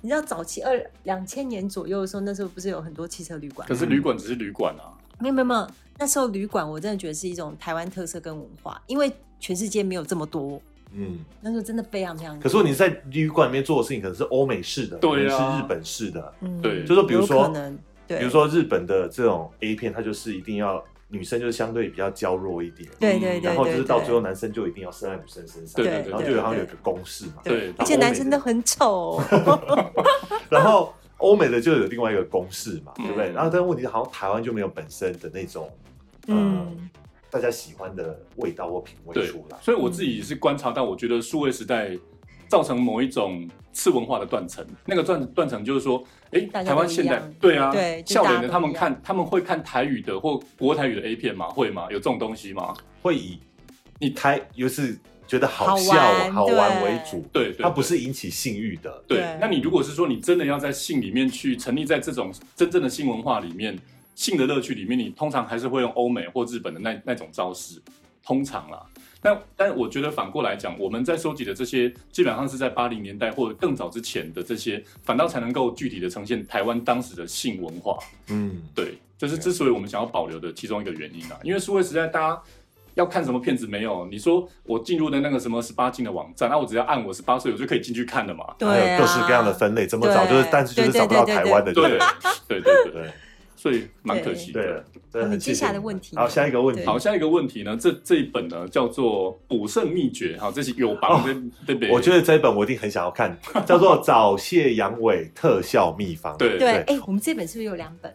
[SPEAKER 2] 你知道早期二两千年左右的时候，那时候不是有很多汽车旅馆
[SPEAKER 3] 可？是旅馆只是旅馆啊，
[SPEAKER 2] 没有没有没有，那时候旅馆我真的觉得是一种台湾特色跟文化，因为全世界没有这么多。
[SPEAKER 1] 嗯，
[SPEAKER 2] 那时候真的非常非常多。
[SPEAKER 1] 可是你在旅馆里面做的事情可能是欧美式的，
[SPEAKER 3] 对啊
[SPEAKER 1] 可能是日本式的，
[SPEAKER 2] 嗯
[SPEAKER 3] 对
[SPEAKER 1] 就说比如
[SPEAKER 2] 有可
[SPEAKER 1] 说，
[SPEAKER 2] 能对，
[SPEAKER 1] 比如说日本的这种 A 片，它就是一定要女生就是相对比较娇弱一点，
[SPEAKER 2] 对对对对，
[SPEAKER 1] 然后就是到
[SPEAKER 2] 对
[SPEAKER 1] 最后男生就一定要射在女生身上，
[SPEAKER 3] 对对对
[SPEAKER 1] 然后就有好像有个公式嘛，
[SPEAKER 3] 对
[SPEAKER 2] 而且男生都 很丑，
[SPEAKER 1] 然后欧美的就有另外一个公式嘛，
[SPEAKER 3] 嗯
[SPEAKER 1] 对不对？然后但问题是好像台湾就没有本身的那种，
[SPEAKER 2] 嗯
[SPEAKER 1] 嗯，大家喜欢的味道或品味
[SPEAKER 3] 对
[SPEAKER 1] 出来，，
[SPEAKER 3] 所以我自己是观察到，我觉得数位时代造成某一种次文化的断层。那个断断层就是说，哎，
[SPEAKER 2] 大家
[SPEAKER 3] 台湾
[SPEAKER 2] 都一
[SPEAKER 3] 现在
[SPEAKER 2] 样
[SPEAKER 3] 对啊，
[SPEAKER 2] 对就
[SPEAKER 3] 笑
[SPEAKER 2] 大家
[SPEAKER 3] 脸的
[SPEAKER 2] 都
[SPEAKER 3] 他
[SPEAKER 2] 一
[SPEAKER 3] 们
[SPEAKER 2] 样
[SPEAKER 3] 看他们会看台语的或国台语的 A 片吗？会吗？有这种东西吗？
[SPEAKER 1] 会以你开又是觉得好笑
[SPEAKER 2] 好玩
[SPEAKER 1] 好玩
[SPEAKER 2] 对
[SPEAKER 1] 为主，
[SPEAKER 3] 对，对
[SPEAKER 1] 它不是引起性欲的。
[SPEAKER 3] 对，
[SPEAKER 2] 对
[SPEAKER 3] 那你如果是说你真的要在性里面去沉溺在这种真正的性文化里面，性的乐趣里面，你通常还是会用欧美或日本的那那种招式，通常啦。但但我觉得反过来讲，我们在收集的这些，基本上是在八零年代或者更早之前的这些，反倒才能够具体的呈现台湾当时的性文化。
[SPEAKER 1] 嗯，
[SPEAKER 3] 对，这是之所以我们想要保留的其中一个原因啊。因为数位时代，大家要看什么片子没有？你说我进入的那个什么十八禁的网站，那我只要按我十八岁，我就可以进去看了嘛？
[SPEAKER 1] 还
[SPEAKER 2] 对、啊，
[SPEAKER 1] 有各式各样的分类，这么早
[SPEAKER 2] 对
[SPEAKER 1] 就是，但是就是找不到
[SPEAKER 2] 对对
[SPEAKER 1] 台
[SPEAKER 2] 对
[SPEAKER 1] 湾的，
[SPEAKER 3] 对对对对，
[SPEAKER 1] 对
[SPEAKER 3] 所以蛮可惜
[SPEAKER 1] 对
[SPEAKER 3] 的。
[SPEAKER 1] 对，
[SPEAKER 2] 你
[SPEAKER 1] 很
[SPEAKER 2] 接
[SPEAKER 1] 谢谢
[SPEAKER 2] 下来的
[SPEAKER 1] 你
[SPEAKER 2] 问
[SPEAKER 1] 们
[SPEAKER 2] 题
[SPEAKER 1] 好，
[SPEAKER 2] 呢
[SPEAKER 1] 下一个问题
[SPEAKER 2] 对，
[SPEAKER 3] 好，下一个问题呢？这这一本呢叫做《补肾秘诀》哈，这是有
[SPEAKER 1] 哦
[SPEAKER 3] 榜对对对，
[SPEAKER 1] 我觉得这一本我一定很想要看，叫做《早泄阳痿特效秘方》。
[SPEAKER 2] 对，
[SPEAKER 3] 对
[SPEAKER 1] 对
[SPEAKER 2] 哎、我们这本是不是有两本？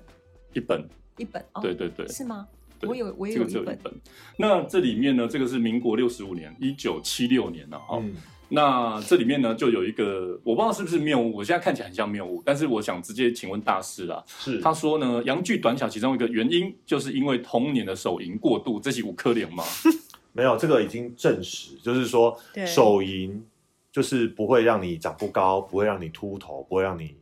[SPEAKER 3] 一本，
[SPEAKER 2] 一本哦，
[SPEAKER 3] 对对对，
[SPEAKER 2] 是吗？
[SPEAKER 3] 对
[SPEAKER 2] 我有，我也
[SPEAKER 3] 这
[SPEAKER 2] 有
[SPEAKER 3] 个只
[SPEAKER 2] 一
[SPEAKER 3] 有一
[SPEAKER 2] 本，
[SPEAKER 3] 本。那这里面呢，这个是民国六十五年，一九七六年了哈。
[SPEAKER 1] 嗯，
[SPEAKER 3] 那这里面呢，就有一个我不知道是不是谬误，我现在看起来很像谬误，但是我想直接请问大师啦。
[SPEAKER 1] 是
[SPEAKER 3] 他说呢，阳具短小其中一个原因，就是因为童年的手淫过度，这是五颗零吗？
[SPEAKER 1] 没有这个已经证实，就是说
[SPEAKER 2] 对
[SPEAKER 1] 手淫就是不会让你长不高，不会让你秃头，不会让你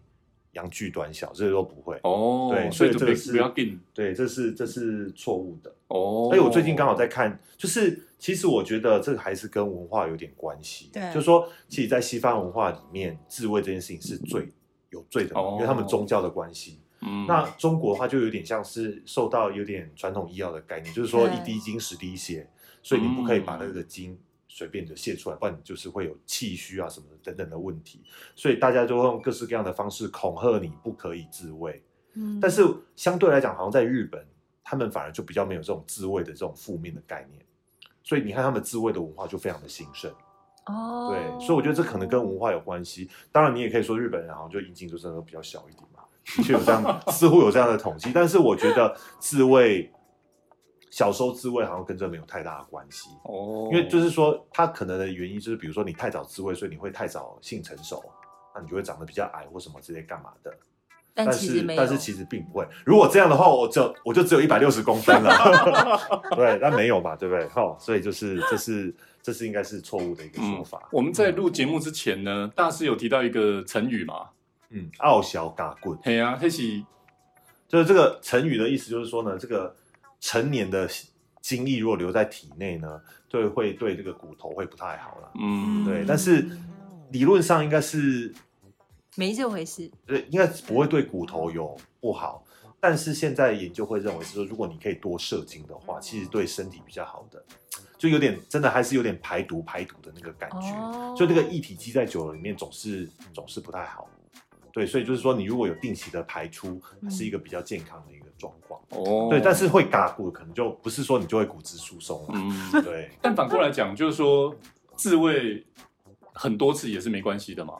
[SPEAKER 1] 阳具短小，这些都不会。
[SPEAKER 3] 哦，
[SPEAKER 1] 对
[SPEAKER 3] 所
[SPEAKER 1] 所
[SPEAKER 3] 以
[SPEAKER 1] 以
[SPEAKER 3] 就
[SPEAKER 1] 这
[SPEAKER 3] 别
[SPEAKER 1] 个是
[SPEAKER 3] 不要定
[SPEAKER 1] 对，这是这是错误的。
[SPEAKER 3] 哦。
[SPEAKER 1] 而哎且我最近刚好在看，就是其实我觉得这个还是跟文化有点关系。
[SPEAKER 2] 对
[SPEAKER 1] 就是说，其实，在西方文化里面，自慰这件事情是罪有罪的嘛，
[SPEAKER 3] 哦
[SPEAKER 1] 因为他们宗教的关系。
[SPEAKER 3] 嗯
[SPEAKER 1] 那中国的话，就有点像是受到有点传统医药的概念，就是说
[SPEAKER 2] 对
[SPEAKER 1] 一滴精十滴血，所以你不可以把
[SPEAKER 3] 嗯
[SPEAKER 1] 那个精随便的泄出来，不然你就是会有气虚啊什么的等等的问题。所以大家就会用各式各样的方式恐吓你不可以自慰。
[SPEAKER 2] 嗯
[SPEAKER 1] 但是相对来讲，好像在日本，他们反而就比较没有这种自慰的这种负面的概念，所以你看他们自慰的文化就非常的兴盛。
[SPEAKER 2] 哦，
[SPEAKER 1] 对，所以我觉得这可能跟文化有关系。当然，你也可以说日本人好像就阴茎就真的比较小一点嘛，的确有这样， 似乎有这样的统计。但是我觉得自慰，小时候自慰好像跟这没有太大的关系。
[SPEAKER 3] 哦，
[SPEAKER 1] 因为就是是说，它可能的原因就是，比如说你太早自慰，所以你会太早性成熟，那你就会长得比较矮或什么之类干嘛的。
[SPEAKER 2] 但
[SPEAKER 1] 但
[SPEAKER 2] 其实
[SPEAKER 1] 是
[SPEAKER 2] 没有，
[SPEAKER 1] 但是其实并不会。如果这样的话，我就我就只有一百六十公分了。 对，但没有嘛，对不对？哈、所以就是这是这是应该是错误的一个说法。
[SPEAKER 3] 我们在录节目之前呢，大师有提到一个成语嘛？
[SPEAKER 1] 嗯，傲小嘎棍，
[SPEAKER 3] 嘿啊，黑喜
[SPEAKER 1] 就是这个成语的意思，就是说呢，这个成年的精液如果留在体内呢，对会对这个骨头会不太好啦。
[SPEAKER 3] 嗯，
[SPEAKER 1] 对但是理论上应该是
[SPEAKER 2] 没这回事，
[SPEAKER 1] 对，呃应该不会对骨头有不好。但是现在研究会认为是说，如果你可以多射精的话，其实
[SPEAKER 3] 嗯
[SPEAKER 1] 对身体比较好的，就有点真的还是有点排毒排毒的那个感觉。
[SPEAKER 2] 哦，
[SPEAKER 1] 就那个液体积在久了里面总是总是不太好，对，所以就是说你如果有定期的排出，是一个比较健康的一个状况。
[SPEAKER 3] 嗯哦，
[SPEAKER 1] 对，但是会嘎骨可能就不是说你就会骨质疏松了。
[SPEAKER 3] 嗯，
[SPEAKER 1] 对，
[SPEAKER 3] 但反过来讲，就是说自慰很多次也是没关系的嘛。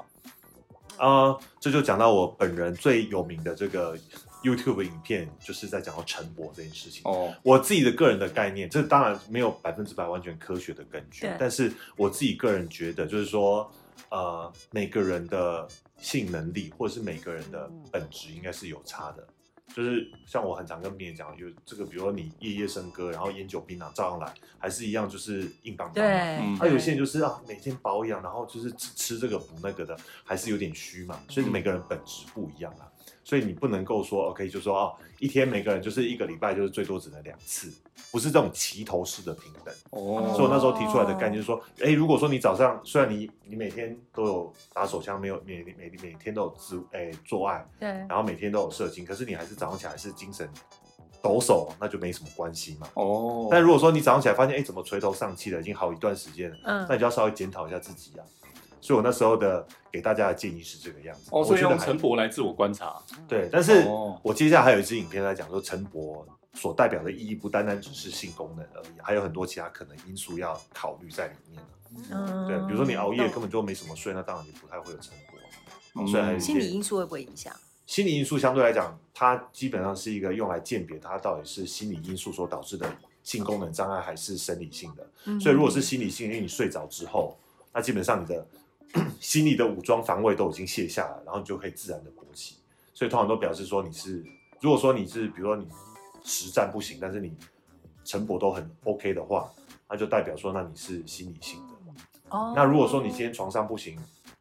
[SPEAKER 1] 啊、这就讲到我本人最有名的这个 YouTube 影片，就是在讲到晨勃这件事情。
[SPEAKER 3] 哦，
[SPEAKER 1] 我自己的个人的概念，这当然没有百分之百完全科学的根据
[SPEAKER 2] 对，
[SPEAKER 1] 但是我自己个人觉得，就是说，呃，每个人的性能力或者是每个人的本质应该是有差的。就是像我很常跟别人讲，有这个，比如说你夜夜笙歌，然后烟酒槟榔照样来，还是一样就是硬邦邦
[SPEAKER 2] 对，
[SPEAKER 1] 的。
[SPEAKER 3] 嗯
[SPEAKER 1] 还、有些人就是啊，每天保养，然后就是吃吃这个补那个的，还是有点虚嘛。所以每个人本质不一样啊，所以你不能够说 OK 就说哦，一天每个人就是一个礼拜就是最多只能两次，不是这种齐头式的平等。
[SPEAKER 3] 哦，
[SPEAKER 1] 所以我那时候提出来的概念就是说，哎、如果说你早上虽然你你每天都有打手枪，没有每每每天都有自哎、做爱，
[SPEAKER 2] 对，
[SPEAKER 1] 然后每天都有射精，可是你还是早上起来是精神抖擞，那就没什么关系嘛。
[SPEAKER 3] 哦，
[SPEAKER 1] 但如果说你早上起来发现，哎、怎么垂头丧气的，已经好一段时间了。那
[SPEAKER 2] 嗯，
[SPEAKER 1] 你就要稍微检讨一下自己啊。所以我那时候的给大家的建议是这个样子。
[SPEAKER 3] 哦，
[SPEAKER 1] 我
[SPEAKER 3] 所以
[SPEAKER 1] 觉得
[SPEAKER 3] 用
[SPEAKER 1] 还
[SPEAKER 3] 陈勃来自我观察，
[SPEAKER 1] 对，但是
[SPEAKER 3] 哦
[SPEAKER 1] 我接下来还有一支影片在讲说陈勃所代表的意义不单单只是性功能而已，还有很多其他可能因素要考虑在里面啊
[SPEAKER 2] 嗯
[SPEAKER 1] 对，比如说你熬夜根
[SPEAKER 2] 懂
[SPEAKER 1] 本就没什么睡，那当然就不太会有陈勃。
[SPEAKER 3] 嗯
[SPEAKER 1] 所以还有一些
[SPEAKER 2] 心理因素会不会影响？
[SPEAKER 1] 心理因素相对来讲，它基本上是一个用来鉴别它到底是心理因素所导致的性功
[SPEAKER 2] 嗯
[SPEAKER 1] 能障碍还是生理性的。所以如果是心理性，因为你睡着之后，那基本上你的 心里的武装防卫都已经卸下了，然后你就可以自然的勃起。所以通常都表示说你是，如果说你是，比如说你实战不行，但是你晨勃都很 OK 的话，那就代表说那你是心理性的。
[SPEAKER 2] 哦
[SPEAKER 1] 那如果说你今天床上不行，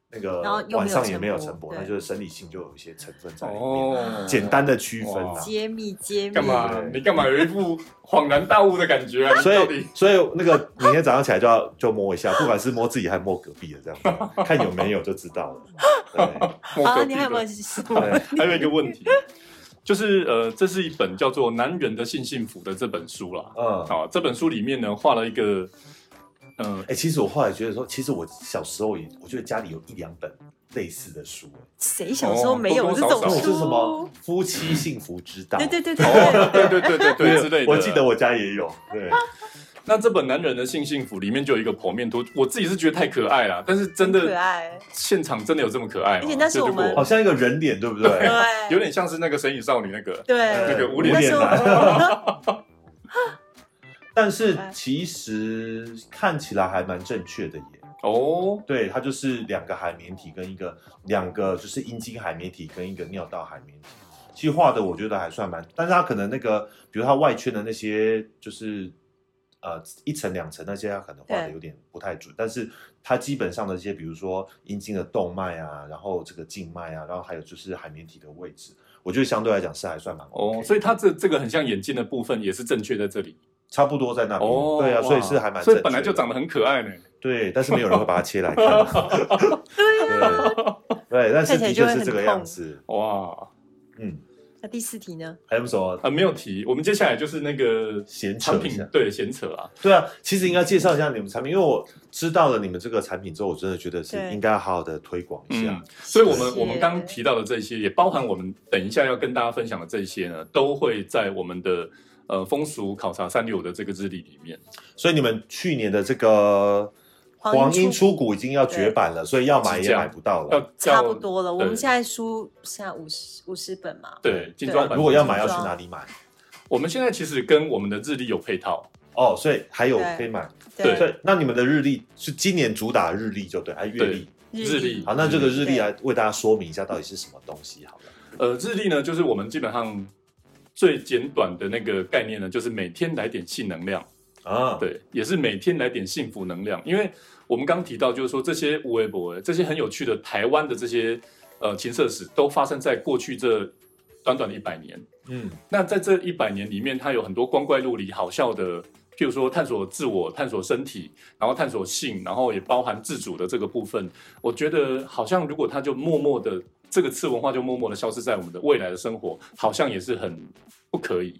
[SPEAKER 1] 那个
[SPEAKER 2] 然后又没有
[SPEAKER 1] 晚上也没有
[SPEAKER 2] 晨
[SPEAKER 1] 晨
[SPEAKER 2] 勃
[SPEAKER 1] 勃，
[SPEAKER 2] 对
[SPEAKER 1] 那就是生理性就有一些成分在里面。
[SPEAKER 3] 哦，
[SPEAKER 1] 简单的区分
[SPEAKER 3] 哇
[SPEAKER 1] 啦。
[SPEAKER 2] 揭秘揭秘，
[SPEAKER 3] 干嘛？
[SPEAKER 1] 对
[SPEAKER 3] 你干嘛有一副恍然大悟的感觉啊？你
[SPEAKER 1] 所
[SPEAKER 3] 到
[SPEAKER 1] 以
[SPEAKER 3] 底，
[SPEAKER 1] 所以那个明天早上起来就要就摸一下，不管是摸自己还是摸隔壁的这样子，看有没有就知道了。对
[SPEAKER 3] 摸
[SPEAKER 2] 好，
[SPEAKER 3] 隔
[SPEAKER 2] 啊你
[SPEAKER 3] 壁
[SPEAKER 2] 还有没
[SPEAKER 3] 的
[SPEAKER 2] 有什么？
[SPEAKER 1] 对，
[SPEAKER 3] 还有一个问题，就是呃，这是一本叫做《男人的性幸福》的这本书啦。
[SPEAKER 1] 嗯，
[SPEAKER 3] 啊，这本书里面呢，画了一个，呃，
[SPEAKER 1] 哎、其实我后来觉得说，其实我小时候也，我觉得家里有一两本类似的书，
[SPEAKER 2] 谁小时候没有
[SPEAKER 3] 哦
[SPEAKER 2] 这
[SPEAKER 3] 多多
[SPEAKER 2] 种
[SPEAKER 1] 那
[SPEAKER 3] 少少
[SPEAKER 1] 我
[SPEAKER 2] 书？
[SPEAKER 1] 是什么《夫妻幸福之道》？
[SPEAKER 2] 对对对对对，
[SPEAKER 3] 哦，对对对 对对之类的。
[SPEAKER 1] 我记得我家也有。对，
[SPEAKER 3] 那这本《男人的性幸福》里面就有一个剖面图，我自己是觉得太可爱了，但是真
[SPEAKER 2] 很可
[SPEAKER 3] 的
[SPEAKER 2] 爱，
[SPEAKER 3] 现场真的有这么可爱吗？
[SPEAKER 2] 而且那是我们
[SPEAKER 3] 就如
[SPEAKER 1] 好
[SPEAKER 3] 果
[SPEAKER 1] 像一个人脸，对不对？
[SPEAKER 2] 对，
[SPEAKER 3] 哎有点像是那个《神隐少女》那个，
[SPEAKER 2] 对。
[SPEAKER 3] 那个无脸
[SPEAKER 2] 那时候
[SPEAKER 1] 男。但是
[SPEAKER 2] 哎
[SPEAKER 1] 其实看起来还蛮正确的耶。
[SPEAKER 3] 哦，
[SPEAKER 1] 对，它就是两个海绵体跟一个两个就是阴茎海绵体跟一个尿道海绵体。其实画的我觉得还算蛮，但是它可能那个，比如它外圈的那些就是呃一层两层那些，它可能画的
[SPEAKER 2] 对
[SPEAKER 1] 有点不太准。但是它基本上的一些，比如说阴茎的动脉啊，然后这个静脉啊，然后还有就是海绵体的位置，我觉得相对来讲是还算蛮 OK
[SPEAKER 3] 哦，
[SPEAKER 1] 的
[SPEAKER 3] 所以它这这个很像眼镜的部分也是正确在这里。
[SPEAKER 1] 差不多在那边。
[SPEAKER 3] 哦，
[SPEAKER 1] 对啊，
[SPEAKER 3] 哇
[SPEAKER 1] 所以是还蛮
[SPEAKER 3] 所
[SPEAKER 1] 正确的，
[SPEAKER 3] 以本来就长得很可爱呢。
[SPEAKER 1] 对，但是没有人会把它切来看。啊 对啊对，但是的确是这个样子。
[SPEAKER 3] 哇，
[SPEAKER 1] 嗯，
[SPEAKER 2] 那第四题呢？
[SPEAKER 1] 还有什么
[SPEAKER 3] 啊，没有提。我们接下来就是那个
[SPEAKER 1] 闲扯
[SPEAKER 3] 产
[SPEAKER 1] 一
[SPEAKER 3] 品
[SPEAKER 1] 下，？
[SPEAKER 3] 对，闲扯啊。
[SPEAKER 1] 对啊，其实应该介绍一下你们产品，因为我知道了你们这个产品之后，我真的觉得是
[SPEAKER 2] 对
[SPEAKER 1] 应该要好好的推广一下
[SPEAKER 3] 嗯。，所以我
[SPEAKER 2] 谢
[SPEAKER 3] 们
[SPEAKER 2] 谢
[SPEAKER 3] 我们刚提到的这些，也包含我们等一下要跟大家分享的这些呢，都会在我们的呃风俗考察三六的这个日历里面。
[SPEAKER 1] 所以你们去年的这个
[SPEAKER 2] 黄莺
[SPEAKER 1] 黄莺
[SPEAKER 2] 出
[SPEAKER 1] 出谷已经要绝版了，所以要买
[SPEAKER 3] 即
[SPEAKER 1] 也
[SPEAKER 3] 将
[SPEAKER 1] 买不到了。
[SPEAKER 3] 要
[SPEAKER 2] 差不。多了，我们
[SPEAKER 3] 对
[SPEAKER 2] 现在书现在五十五十本嘛，
[SPEAKER 3] 对，精装版。
[SPEAKER 1] 如果要买，
[SPEAKER 2] 精
[SPEAKER 1] 要
[SPEAKER 2] 装
[SPEAKER 1] 去哪里买？
[SPEAKER 3] 我们现在其实跟我们的日历有配套，
[SPEAKER 1] 哦，所以还有
[SPEAKER 2] 对
[SPEAKER 1] 可以买。
[SPEAKER 3] 对
[SPEAKER 1] 所以那你们的日历是今年主打的日历就对，还月历。
[SPEAKER 3] 日历
[SPEAKER 1] 好，那这个日历来为大家说明一下到底是什么东西好了。
[SPEAKER 3] 呃，日历呢，就是我们基本上最简短的那个概念呢，就是每天来点性能量。
[SPEAKER 1] 啊，
[SPEAKER 3] 对，也是每天来点幸福能量，因为我们刚提到，就是说这些无微博，这些很有趣的台湾的这些呃情色史，都发生在过去这短短的一百年。
[SPEAKER 1] 嗯，
[SPEAKER 3] 那在这一百年里面，它有很多光怪陆离、好笑的，譬如说探索自我、探索身体，然后探索性，然后也包含自主的这个部分。我觉得好像如果它就默默的这个次文化就默默的消失在我们的未来的生活，好像也是很不可以。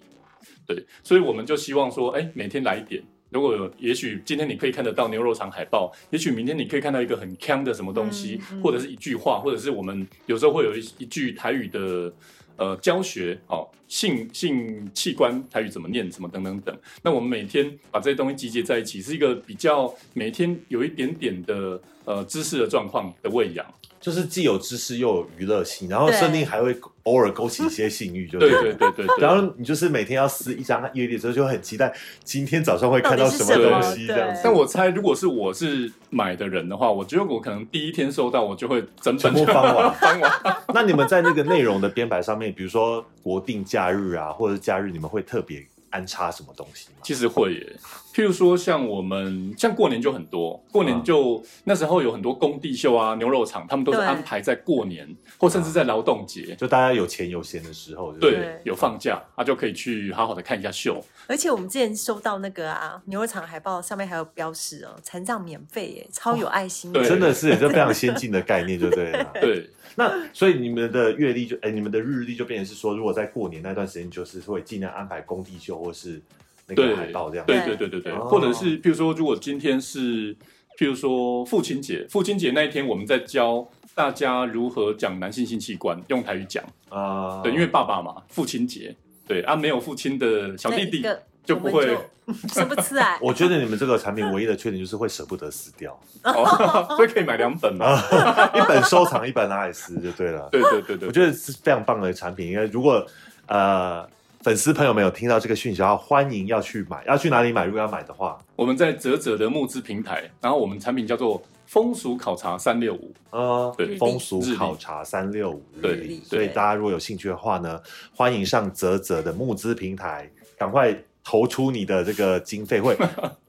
[SPEAKER 3] 对，所以我们就希望说，哎，每天来一点。如果有，也许今天你可以看得到牛肉肠海报，也许明天你可以看到一个很强的什么东西，
[SPEAKER 2] 嗯嗯
[SPEAKER 3] 或者是一句话，或者是我们有时候会有一一句台语的呃教学哦，性性器官台语怎么念，怎么等等等。那我们每天把这些东西集结在一起，是一个比较每天有一点点的呃知识的状况的喂养。
[SPEAKER 1] 就是既有知识又有娱乐性，然后
[SPEAKER 2] 对
[SPEAKER 1] 甚至还会偶尔勾起一些性欲，就
[SPEAKER 3] 对
[SPEAKER 1] 了
[SPEAKER 3] 对对对对。
[SPEAKER 1] 然后你就是每天要撕一张月历的时候，就会很期待今天早上会看到什么东
[SPEAKER 2] 到底是
[SPEAKER 1] 西
[SPEAKER 2] 什么
[SPEAKER 1] 这样子。
[SPEAKER 3] 但我猜，如果是我是买的人的话，我觉得我可能第一天收到，我就会整
[SPEAKER 1] 全
[SPEAKER 3] 本。
[SPEAKER 1] 部翻完
[SPEAKER 3] 翻完。
[SPEAKER 1] 那你们在那个内容的编排上面，比如说国定假日啊，或者是假日，你们会特别安插什么东西吗？
[SPEAKER 3] 其实会耶，譬如说像我们像过年就很多，过
[SPEAKER 1] 嗯
[SPEAKER 3] 年就、那时候有很多工地秀啊、牛肉厂，他们都是
[SPEAKER 2] 对
[SPEAKER 3] 安排在过年或甚至在劳动节。
[SPEAKER 1] 就大家有钱有闲的时候，就是
[SPEAKER 3] 对，有放假，他、就可以去好好的看一下秀。
[SPEAKER 2] 而且我们之前收到那个啊牛肉厂海报，上面还有标示哦，残障免费耶，超有爱心的。
[SPEAKER 3] 对
[SPEAKER 1] 真的是这非常先进的概念，就对了。
[SPEAKER 3] 对，
[SPEAKER 1] 那所以你们的月历就哎、你们的日历就变成是说，如果在过年那段时间，就是会尽量安排工地秀或是那
[SPEAKER 3] 对
[SPEAKER 1] 个海报这样。
[SPEAKER 3] 对
[SPEAKER 2] 对
[SPEAKER 3] 对对对对，
[SPEAKER 1] 哦
[SPEAKER 3] 或者是譬如说，如果今天是譬如说父亲节，父亲节那一天我们在教大家如何讲男性性器官，用台语讲，
[SPEAKER 1] 啊，。
[SPEAKER 3] 对，因为爸爸嘛，父亲节，对啊，没有父亲的小
[SPEAKER 2] 那
[SPEAKER 3] 弟
[SPEAKER 2] 一
[SPEAKER 3] 弟
[SPEAKER 2] 个
[SPEAKER 3] 就
[SPEAKER 2] 我
[SPEAKER 3] 不
[SPEAKER 2] 们
[SPEAKER 3] 会
[SPEAKER 4] 嗯
[SPEAKER 2] 生不出来
[SPEAKER 1] 我觉得你们这个产品唯一的缺点就是会舍不得撕掉，
[SPEAKER 3] 哦， 所以可以买两本嘛，
[SPEAKER 1] 啊一本收藏，一本拿来撕就对了。
[SPEAKER 3] 对对对对
[SPEAKER 1] 我，觉得是非常棒的产品，因为如果呃粉丝朋友们有听到这个讯息的话，欢迎要去买，要去哪里买？如果要买的话，
[SPEAKER 3] 我们在泽泽的募资平台，然后我们产品叫做风俗考察三六五，
[SPEAKER 1] 啊，
[SPEAKER 3] 对
[SPEAKER 1] 风俗
[SPEAKER 3] 日历
[SPEAKER 1] 考察三六五日
[SPEAKER 3] 对
[SPEAKER 1] 历，
[SPEAKER 2] 对
[SPEAKER 1] 所以大家如果有兴趣的话呢，欢迎上泽泽的募资平台，赶快投出你的这个经费， 会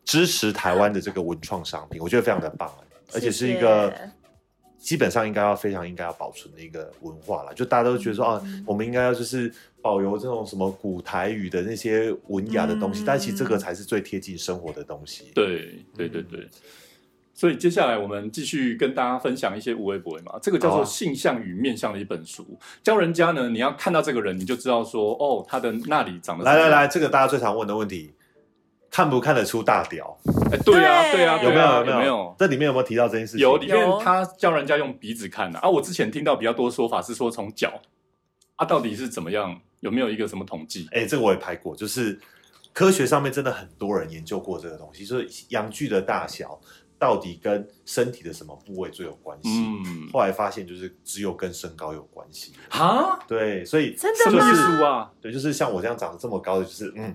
[SPEAKER 1] 支持台湾的这个文创商品，我觉得非常的棒，而且是一个
[SPEAKER 4] 谢谢
[SPEAKER 1] 基本上应该要非常应该要保存的一个文化啦，就大家都觉得说啊，
[SPEAKER 3] 嗯
[SPEAKER 1] 我们应该要就是保留这种什么古台语的那些文雅的东西，
[SPEAKER 2] 嗯
[SPEAKER 1] 但其实这个才是最贴近生活的东西。
[SPEAKER 3] 对对对对。所以接下来我们继续跟大家分享一些无微博嘛，这个叫
[SPEAKER 1] 好
[SPEAKER 3] 做
[SPEAKER 1] 啊
[SPEAKER 3] 《性向与面向》的一本书，教人家呢，你要看到这个人，你就知道说，哦，他的那里长得
[SPEAKER 1] 来来
[SPEAKER 3] 怎样，
[SPEAKER 1] 来，这个大家最常问的问题，看不看得出大屌？
[SPEAKER 3] 哎对啊，
[SPEAKER 2] 对
[SPEAKER 3] 对啊，
[SPEAKER 1] 有没
[SPEAKER 3] 对啊
[SPEAKER 1] 有？有
[SPEAKER 3] 有
[SPEAKER 1] 没
[SPEAKER 3] 没
[SPEAKER 1] 有
[SPEAKER 3] 有？？
[SPEAKER 1] 这里面有没有提到这件事情？
[SPEAKER 3] 有里面
[SPEAKER 4] 有
[SPEAKER 3] 他教人家用鼻子看啊，啊，我之前听到比较多说法是说从脚啊，到底是怎么样？有没有一个什么统计？
[SPEAKER 1] 哎、这个我也拍过，就是科学上面真的很多人研究过这个东西，就是阳具的大小到底跟身体的什么部位最有关系。
[SPEAKER 3] 嗯，
[SPEAKER 1] 后来发现就是只有跟身高有关系，
[SPEAKER 3] 哈，
[SPEAKER 1] 对，所以
[SPEAKER 2] 真
[SPEAKER 3] 什
[SPEAKER 2] 的
[SPEAKER 3] 么
[SPEAKER 2] 吗
[SPEAKER 3] 意思啊？
[SPEAKER 1] 对，就是像我这样长得这么高的，就是嗯，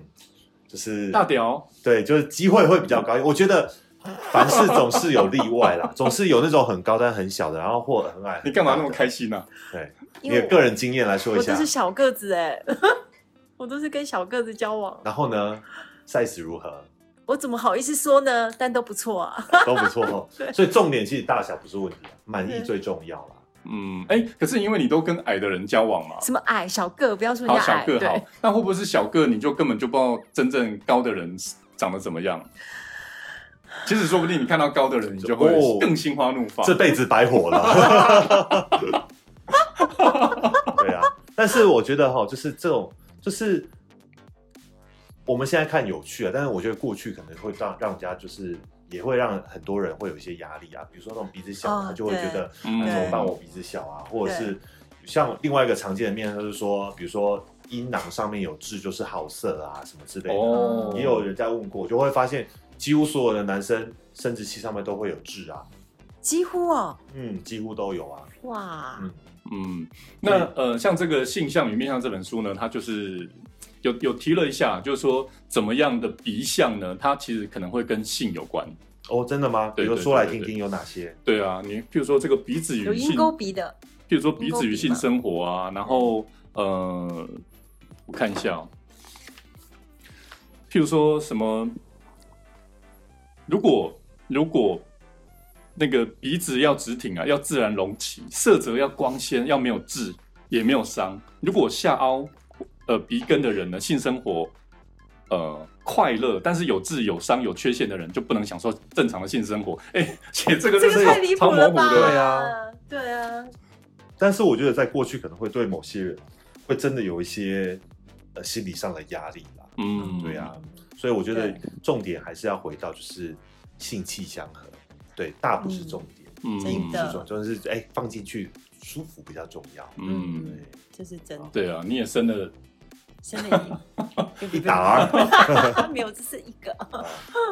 [SPEAKER 1] 就是
[SPEAKER 3] 大屌，
[SPEAKER 1] 对，就是机会会比较高。我觉得凡事总是有例外 啦，总是有那种很高但很小的，然后或很矮。
[SPEAKER 3] 你干嘛那么
[SPEAKER 1] 很大
[SPEAKER 3] 开心啊呢、
[SPEAKER 1] 的？对，你
[SPEAKER 4] 因为
[SPEAKER 1] 的个人经验来说一
[SPEAKER 4] 我
[SPEAKER 1] 下
[SPEAKER 4] 都，是小个子哎、 我都是跟小个子交往，
[SPEAKER 1] 然后呢，size 如何？
[SPEAKER 4] 我怎么好意思说呢？但都不错啊。
[SPEAKER 1] 都不错哦。所以重点其实大小不是问题，啊满意最重要啦。
[SPEAKER 3] 嗯，哎、可是因为你都跟矮的人交往嘛，
[SPEAKER 4] 什么矮小个，不要
[SPEAKER 2] 啊
[SPEAKER 4] 说人
[SPEAKER 3] 好
[SPEAKER 4] 家
[SPEAKER 3] 小
[SPEAKER 4] 矮，
[SPEAKER 3] 个
[SPEAKER 4] 对
[SPEAKER 3] 好，，那会不会是小个你就根本就不知道真正高的人长得怎么样？其实说不定你看到高的人，你就会
[SPEAKER 1] 哦
[SPEAKER 3] 更心花怒放。
[SPEAKER 1] 这辈子白活了。对啊，但是我觉得哈，就是这种，就是我们现在看有趣啊，但是我觉得过去可能会让让人家就是。也会让很多人会有一些压力啊，比如说那种鼻子小的，
[SPEAKER 4] 哦
[SPEAKER 1] 他就会觉得
[SPEAKER 3] 嗯
[SPEAKER 1] 那怎么
[SPEAKER 2] 对
[SPEAKER 1] 办？我鼻子小啊，或者是像另外一个常见的面，他就说，比如说阴囊上面有痣就是好色啊什么之类的。
[SPEAKER 3] 哦，
[SPEAKER 1] 也有人在问过，我就会发现几乎所有的男生生殖器上面都会有痣啊，
[SPEAKER 4] 几乎哦，
[SPEAKER 1] 嗯，几乎都有啊。
[SPEAKER 4] 哇，
[SPEAKER 1] 嗯
[SPEAKER 3] 嗯，那呃，像这个《性向与面向》这本书呢，它就是有有提了一下，就是说怎么样的鼻相呢？它其实可能会跟性有关。
[SPEAKER 1] 哦，真的吗？比
[SPEAKER 3] 对
[SPEAKER 1] 如
[SPEAKER 3] 对
[SPEAKER 1] 说来
[SPEAKER 3] 对对
[SPEAKER 1] 听听有哪些？
[SPEAKER 3] 对啊，你譬如说这个鼻子
[SPEAKER 4] 有
[SPEAKER 3] 与性
[SPEAKER 4] 鹰，钩鼻的，
[SPEAKER 3] 譬如说鼻子与性生活啊，然后呃，我看一下、哦，譬如说什么，如果如果那个鼻子要直挺啊，要自然隆起，色泽要光鲜，要没有痣，也没有伤。如果下凹呃鼻根的人呢，性生活呃快乐，但是有痣、有伤、有缺陷的人，就不能享受正常的性生活。哎、写 这个
[SPEAKER 4] 这
[SPEAKER 3] 就
[SPEAKER 4] 个
[SPEAKER 3] 是
[SPEAKER 4] 太离谱
[SPEAKER 3] 超模
[SPEAKER 4] 了
[SPEAKER 3] 糊
[SPEAKER 4] 吧？
[SPEAKER 3] 的。
[SPEAKER 1] 对啊，
[SPEAKER 4] 对啊，
[SPEAKER 1] 但是我觉得在过去可能会对某些人会真的有一些呃心理上的压力啦。
[SPEAKER 3] 嗯，
[SPEAKER 1] 对啊，所以我觉得
[SPEAKER 4] 对
[SPEAKER 1] 重点还是要回到就是性气相合，对，大不是重点，
[SPEAKER 3] 嗯，
[SPEAKER 2] 真
[SPEAKER 1] 是
[SPEAKER 2] 的
[SPEAKER 1] 重就是哎放进去舒服比较重要。
[SPEAKER 3] 嗯，
[SPEAKER 1] 对，
[SPEAKER 4] 这是真的，
[SPEAKER 3] 对啊，你也生了，
[SPEAKER 4] 真 的
[SPEAKER 1] 一打啊儿
[SPEAKER 4] 没有，这是一个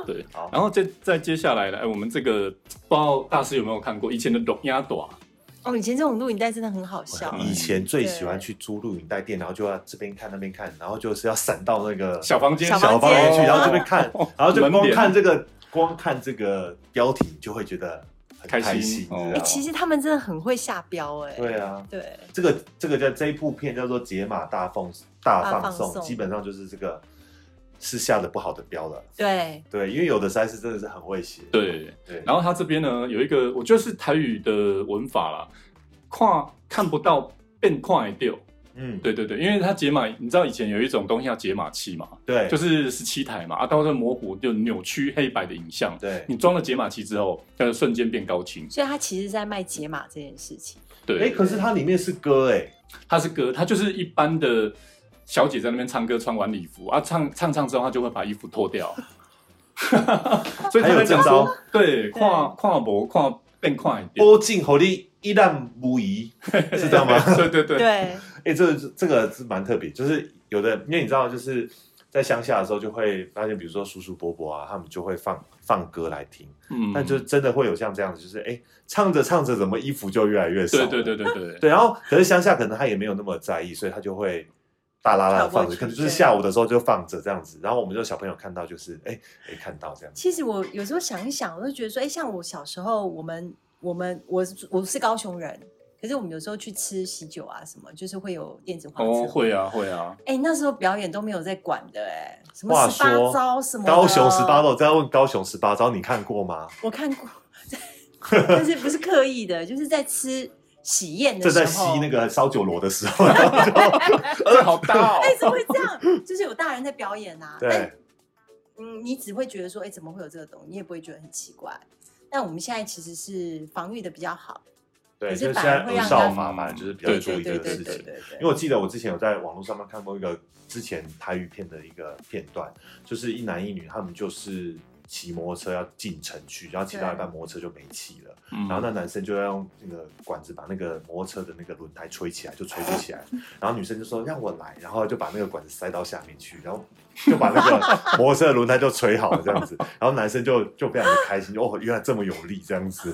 [SPEAKER 3] 对
[SPEAKER 1] 好。
[SPEAKER 3] 然后再再接下来呢，哎，我们这个不知道大师有没有看过以前的《龙鸭朵》啊？
[SPEAKER 2] 哦，以前这种录影带真的很好笑哎
[SPEAKER 3] 哇，
[SPEAKER 1] 以前最喜欢去租录影带店，然后就要这边看那边看，然后就是要闪到那个
[SPEAKER 3] 小房间，
[SPEAKER 2] 小
[SPEAKER 1] 小
[SPEAKER 2] 房
[SPEAKER 1] 房间去，
[SPEAKER 2] 哦
[SPEAKER 1] 然后这边看，
[SPEAKER 3] 哦
[SPEAKER 1] 然后就光
[SPEAKER 3] 门帘
[SPEAKER 1] 看这个光看这个标题，你就会觉得很
[SPEAKER 3] 开
[SPEAKER 1] 心，
[SPEAKER 3] 心
[SPEAKER 1] 你知道
[SPEAKER 3] 哦
[SPEAKER 1] 吗
[SPEAKER 2] 哎、其实他们真的很会下标哎、
[SPEAKER 1] 对啊，
[SPEAKER 4] 对，
[SPEAKER 1] 这个这个叫这一部片叫做《解码大放大
[SPEAKER 4] 大》，
[SPEAKER 1] 放送
[SPEAKER 4] 放送
[SPEAKER 1] 基本上就是这个是下的不好的标了。
[SPEAKER 4] 对，
[SPEAKER 1] 对，因为有的实在是真的是很会写。
[SPEAKER 3] 对。
[SPEAKER 1] 对，
[SPEAKER 3] 然后他这边呢有一个，我觉得是台语的文法啦，看看不到变快掉。
[SPEAKER 1] 嗯，对
[SPEAKER 3] 对对对，因为它解码，你知道以前有一种东西叫解码器嘛，
[SPEAKER 1] 对，
[SPEAKER 3] 就是是十七台嘛，啊，到时候模糊就扭曲黑白的影像。
[SPEAKER 1] 对。
[SPEAKER 3] 你装了解码器之后，它就瞬间变高清。
[SPEAKER 4] 所以他其实在卖解码这件事情，
[SPEAKER 1] 哎，
[SPEAKER 3] 对，
[SPEAKER 1] 可是它里面是歌哎，
[SPEAKER 3] 它是歌，它就是一般的小姐在那边唱歌，穿完礼服啊，唱唱唱之后，她就会把衣服脱掉。 所以
[SPEAKER 1] 还
[SPEAKER 3] 她
[SPEAKER 1] 有这
[SPEAKER 3] 在讲
[SPEAKER 1] 招
[SPEAKER 3] 说，对，跨跨博跨变跨一点，
[SPEAKER 1] 波进侯力一览无遗，是这样吗？
[SPEAKER 3] 对对对，
[SPEAKER 2] 对，
[SPEAKER 1] 哎、欸，这这个是蛮特别，就是有的，因为你知道，就是在乡下的时候，就会发现，比如说叔叔伯伯啊，他们就会放放歌来听，
[SPEAKER 3] 嗯
[SPEAKER 1] 但就真的会有像这样子，就是哎、欸唱着唱着，怎么衣服就越来越少？
[SPEAKER 3] 对对对对对，
[SPEAKER 1] 对，然后可是乡下可能他也没有那么在意，所以他就会大拉拉地
[SPEAKER 2] 跳过
[SPEAKER 1] 放着，
[SPEAKER 2] 去
[SPEAKER 1] 可能就是
[SPEAKER 2] 对
[SPEAKER 1] 下午的时候就放着这样子，然后我们就小朋友看到就是哎哎看到这样子，
[SPEAKER 2] 其实我有时候想一想，我就觉得说，哎，像我小时候，我们我们我是我是高雄人，可是我们有时候去吃喜酒啊什么，就是会有电子花车。
[SPEAKER 3] 哦，会啊，会啊，
[SPEAKER 2] 哎、那时候表演都没有在管的、哎，什
[SPEAKER 1] 话
[SPEAKER 2] 么十八
[SPEAKER 1] 说
[SPEAKER 2] 招什么的
[SPEAKER 1] 高雄十八，招，这要问高雄十八招你看过吗？
[SPEAKER 2] 我看过， 但是不是刻意的，就是在吃喜宴的
[SPEAKER 1] 这
[SPEAKER 2] 时候，
[SPEAKER 1] 在吸那个烧酒螺的时 候，然后就
[SPEAKER 3] 呃，好大哦，
[SPEAKER 2] 哎，怎么会这样？ 就是有大人在表演啊，但
[SPEAKER 1] 对，
[SPEAKER 2] 嗯，你只会觉得说，哎、怎么会有这个东西？你也不会觉得很奇怪。但我们现在其实是防御的比较好，
[SPEAKER 1] 对，
[SPEAKER 2] 可
[SPEAKER 1] 就是是现
[SPEAKER 2] 反
[SPEAKER 1] 在
[SPEAKER 2] 而会
[SPEAKER 1] 儿
[SPEAKER 2] 让
[SPEAKER 1] 少
[SPEAKER 2] 他
[SPEAKER 1] 法反正就是比较
[SPEAKER 3] 对
[SPEAKER 1] 注
[SPEAKER 2] 对
[SPEAKER 1] 意这
[SPEAKER 2] 对
[SPEAKER 1] 个
[SPEAKER 2] 对
[SPEAKER 1] 事
[SPEAKER 2] 对
[SPEAKER 1] 情。
[SPEAKER 2] 对
[SPEAKER 1] 因为
[SPEAKER 2] 对。
[SPEAKER 1] 我记得我之前有在网络上面看过一个之前台语片的一个片段，就是一男一女，他们就是骑摩托车要进城区，然后骑到一半摩托车就没气了，
[SPEAKER 3] 嗯
[SPEAKER 1] 然后那男生就要用那个管子把那个摩托车的那个轮胎吹起来，就吹不 起来，然后女生就说让我来，然后就把那个管子塞到下面去，然后就把那 个摩托车的轮胎就吹好了这样子，然后男生就就非常的开心，就哦原来这么有力这样子，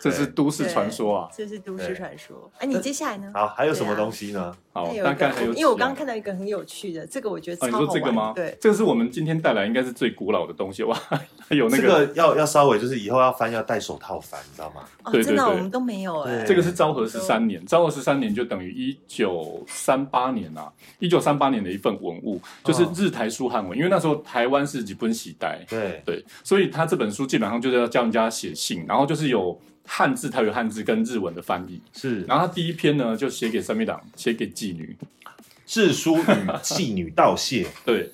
[SPEAKER 3] 这是都市传说啊。
[SPEAKER 2] 这是都
[SPEAKER 1] 对
[SPEAKER 2] 市传说。哎、你接下来呢？
[SPEAKER 1] 好，还有什么
[SPEAKER 2] 对啊
[SPEAKER 1] 东西呢？
[SPEAKER 3] 好
[SPEAKER 2] 还，有
[SPEAKER 3] 大
[SPEAKER 2] 一个
[SPEAKER 3] 概还有，
[SPEAKER 2] 因为我刚刚。看到一个很有趣的，这个我觉得
[SPEAKER 3] 哦，
[SPEAKER 2] 超
[SPEAKER 3] 你
[SPEAKER 2] 好玩。
[SPEAKER 3] 说这个吗？
[SPEAKER 2] 对，
[SPEAKER 3] 这个是我们今天带来应该是最古老的东西哇，还有那
[SPEAKER 1] 这
[SPEAKER 3] 个，
[SPEAKER 1] 个要要稍微就是以后要翻要戴手套翻，你知道吗？
[SPEAKER 2] 哦，
[SPEAKER 3] 对对
[SPEAKER 2] 真的啊、
[SPEAKER 3] 对
[SPEAKER 2] 我们都没有哎、
[SPEAKER 1] 对
[SPEAKER 3] 这个是昭和十三年，昭和十三年就等于一九三八年啊，一九三八年的一份文物，就是
[SPEAKER 1] 哦
[SPEAKER 3] 日台书汉文，因为那时候台湾是日本时代，
[SPEAKER 1] 对，
[SPEAKER 3] 对，所以他这本书基本上就是要教人家写信，然后就是有汉字，它有汉字跟日文的翻译。
[SPEAKER 1] 是
[SPEAKER 3] 然后他第一篇呢，就写给三民党，写给妓女。
[SPEAKER 1] 致书与妓女道谢，
[SPEAKER 3] 对，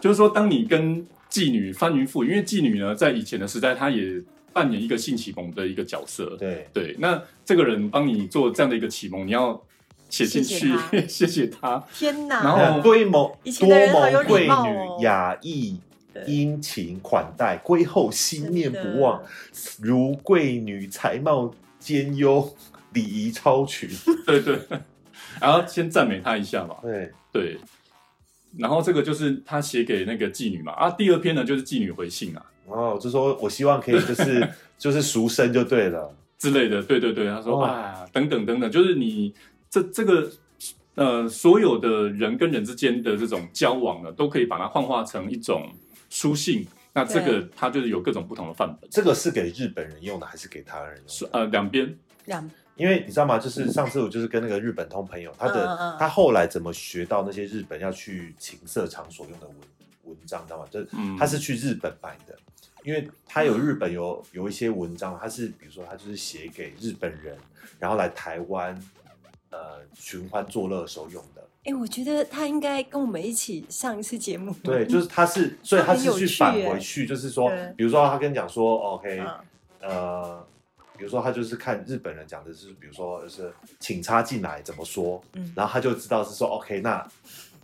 [SPEAKER 3] 就是说，当你跟妓女翻云覆雨，因为妓女呢，在以前的时代，她也扮演一个性启蒙的一个角色。
[SPEAKER 1] 对，
[SPEAKER 3] 对，那这个人帮你做这样的一个启蒙，你要写进去，
[SPEAKER 2] 谢
[SPEAKER 3] 谢谢他。
[SPEAKER 2] 天
[SPEAKER 3] 然
[SPEAKER 2] 哪！
[SPEAKER 3] 后
[SPEAKER 1] 呃对某
[SPEAKER 2] 以前
[SPEAKER 1] 多
[SPEAKER 2] 的人好有
[SPEAKER 1] 蒙贵
[SPEAKER 2] 礼貌哦
[SPEAKER 1] 女雅逸
[SPEAKER 2] 对。
[SPEAKER 1] 殷勤款待，归后心念不忘，如贵女才貌兼优，礼仪超群。
[SPEAKER 3] 对 对，然后先赞美他一下嘛。
[SPEAKER 1] 对，
[SPEAKER 3] 对，然后这个就是他写给那个妓女嘛，啊，第二篇呢就是妓女回信啊
[SPEAKER 1] 然后哦就说我希望可以就是就是赎身就对了。
[SPEAKER 3] 之类的，对对对，他说、
[SPEAKER 1] 哦
[SPEAKER 3] 啊，等等等等，就是你这这个呃，所有的人跟人之间的这种交往呢，都可以把它幻化成一种书信，那这个它就是有各种不同的范本，
[SPEAKER 1] 这个是给日本人用的还是给台湾人用的？
[SPEAKER 3] 是呃两边
[SPEAKER 2] 两
[SPEAKER 1] 因为你知道吗？就是上次我就是跟那个日本通朋友，他的、
[SPEAKER 2] 嗯嗯嗯
[SPEAKER 1] 他后来怎么学到那些日本要去情色场所用的文文章，你知道吗？就是
[SPEAKER 3] 嗯
[SPEAKER 1] 他是去日本买的，因为他有日本有有一些文章，他是比如说他就是写给日本人，然后来台湾呃寻欢作乐的时候用的。
[SPEAKER 2] 哎、我觉得他应该跟我们一起上一次节目。
[SPEAKER 1] 对，就是他是，所以他是
[SPEAKER 2] 嗯很有
[SPEAKER 1] 去
[SPEAKER 2] 趣
[SPEAKER 1] 返
[SPEAKER 2] 耶
[SPEAKER 1] 回去，就是说
[SPEAKER 2] 对，
[SPEAKER 1] 比如说他跟你讲说，OK，、
[SPEAKER 2] 嗯
[SPEAKER 1] 呃，比如说他就是看日本人讲的是，比如说就是请插进来怎么说，
[SPEAKER 2] 嗯
[SPEAKER 1] 然后他就知道是说 OK，那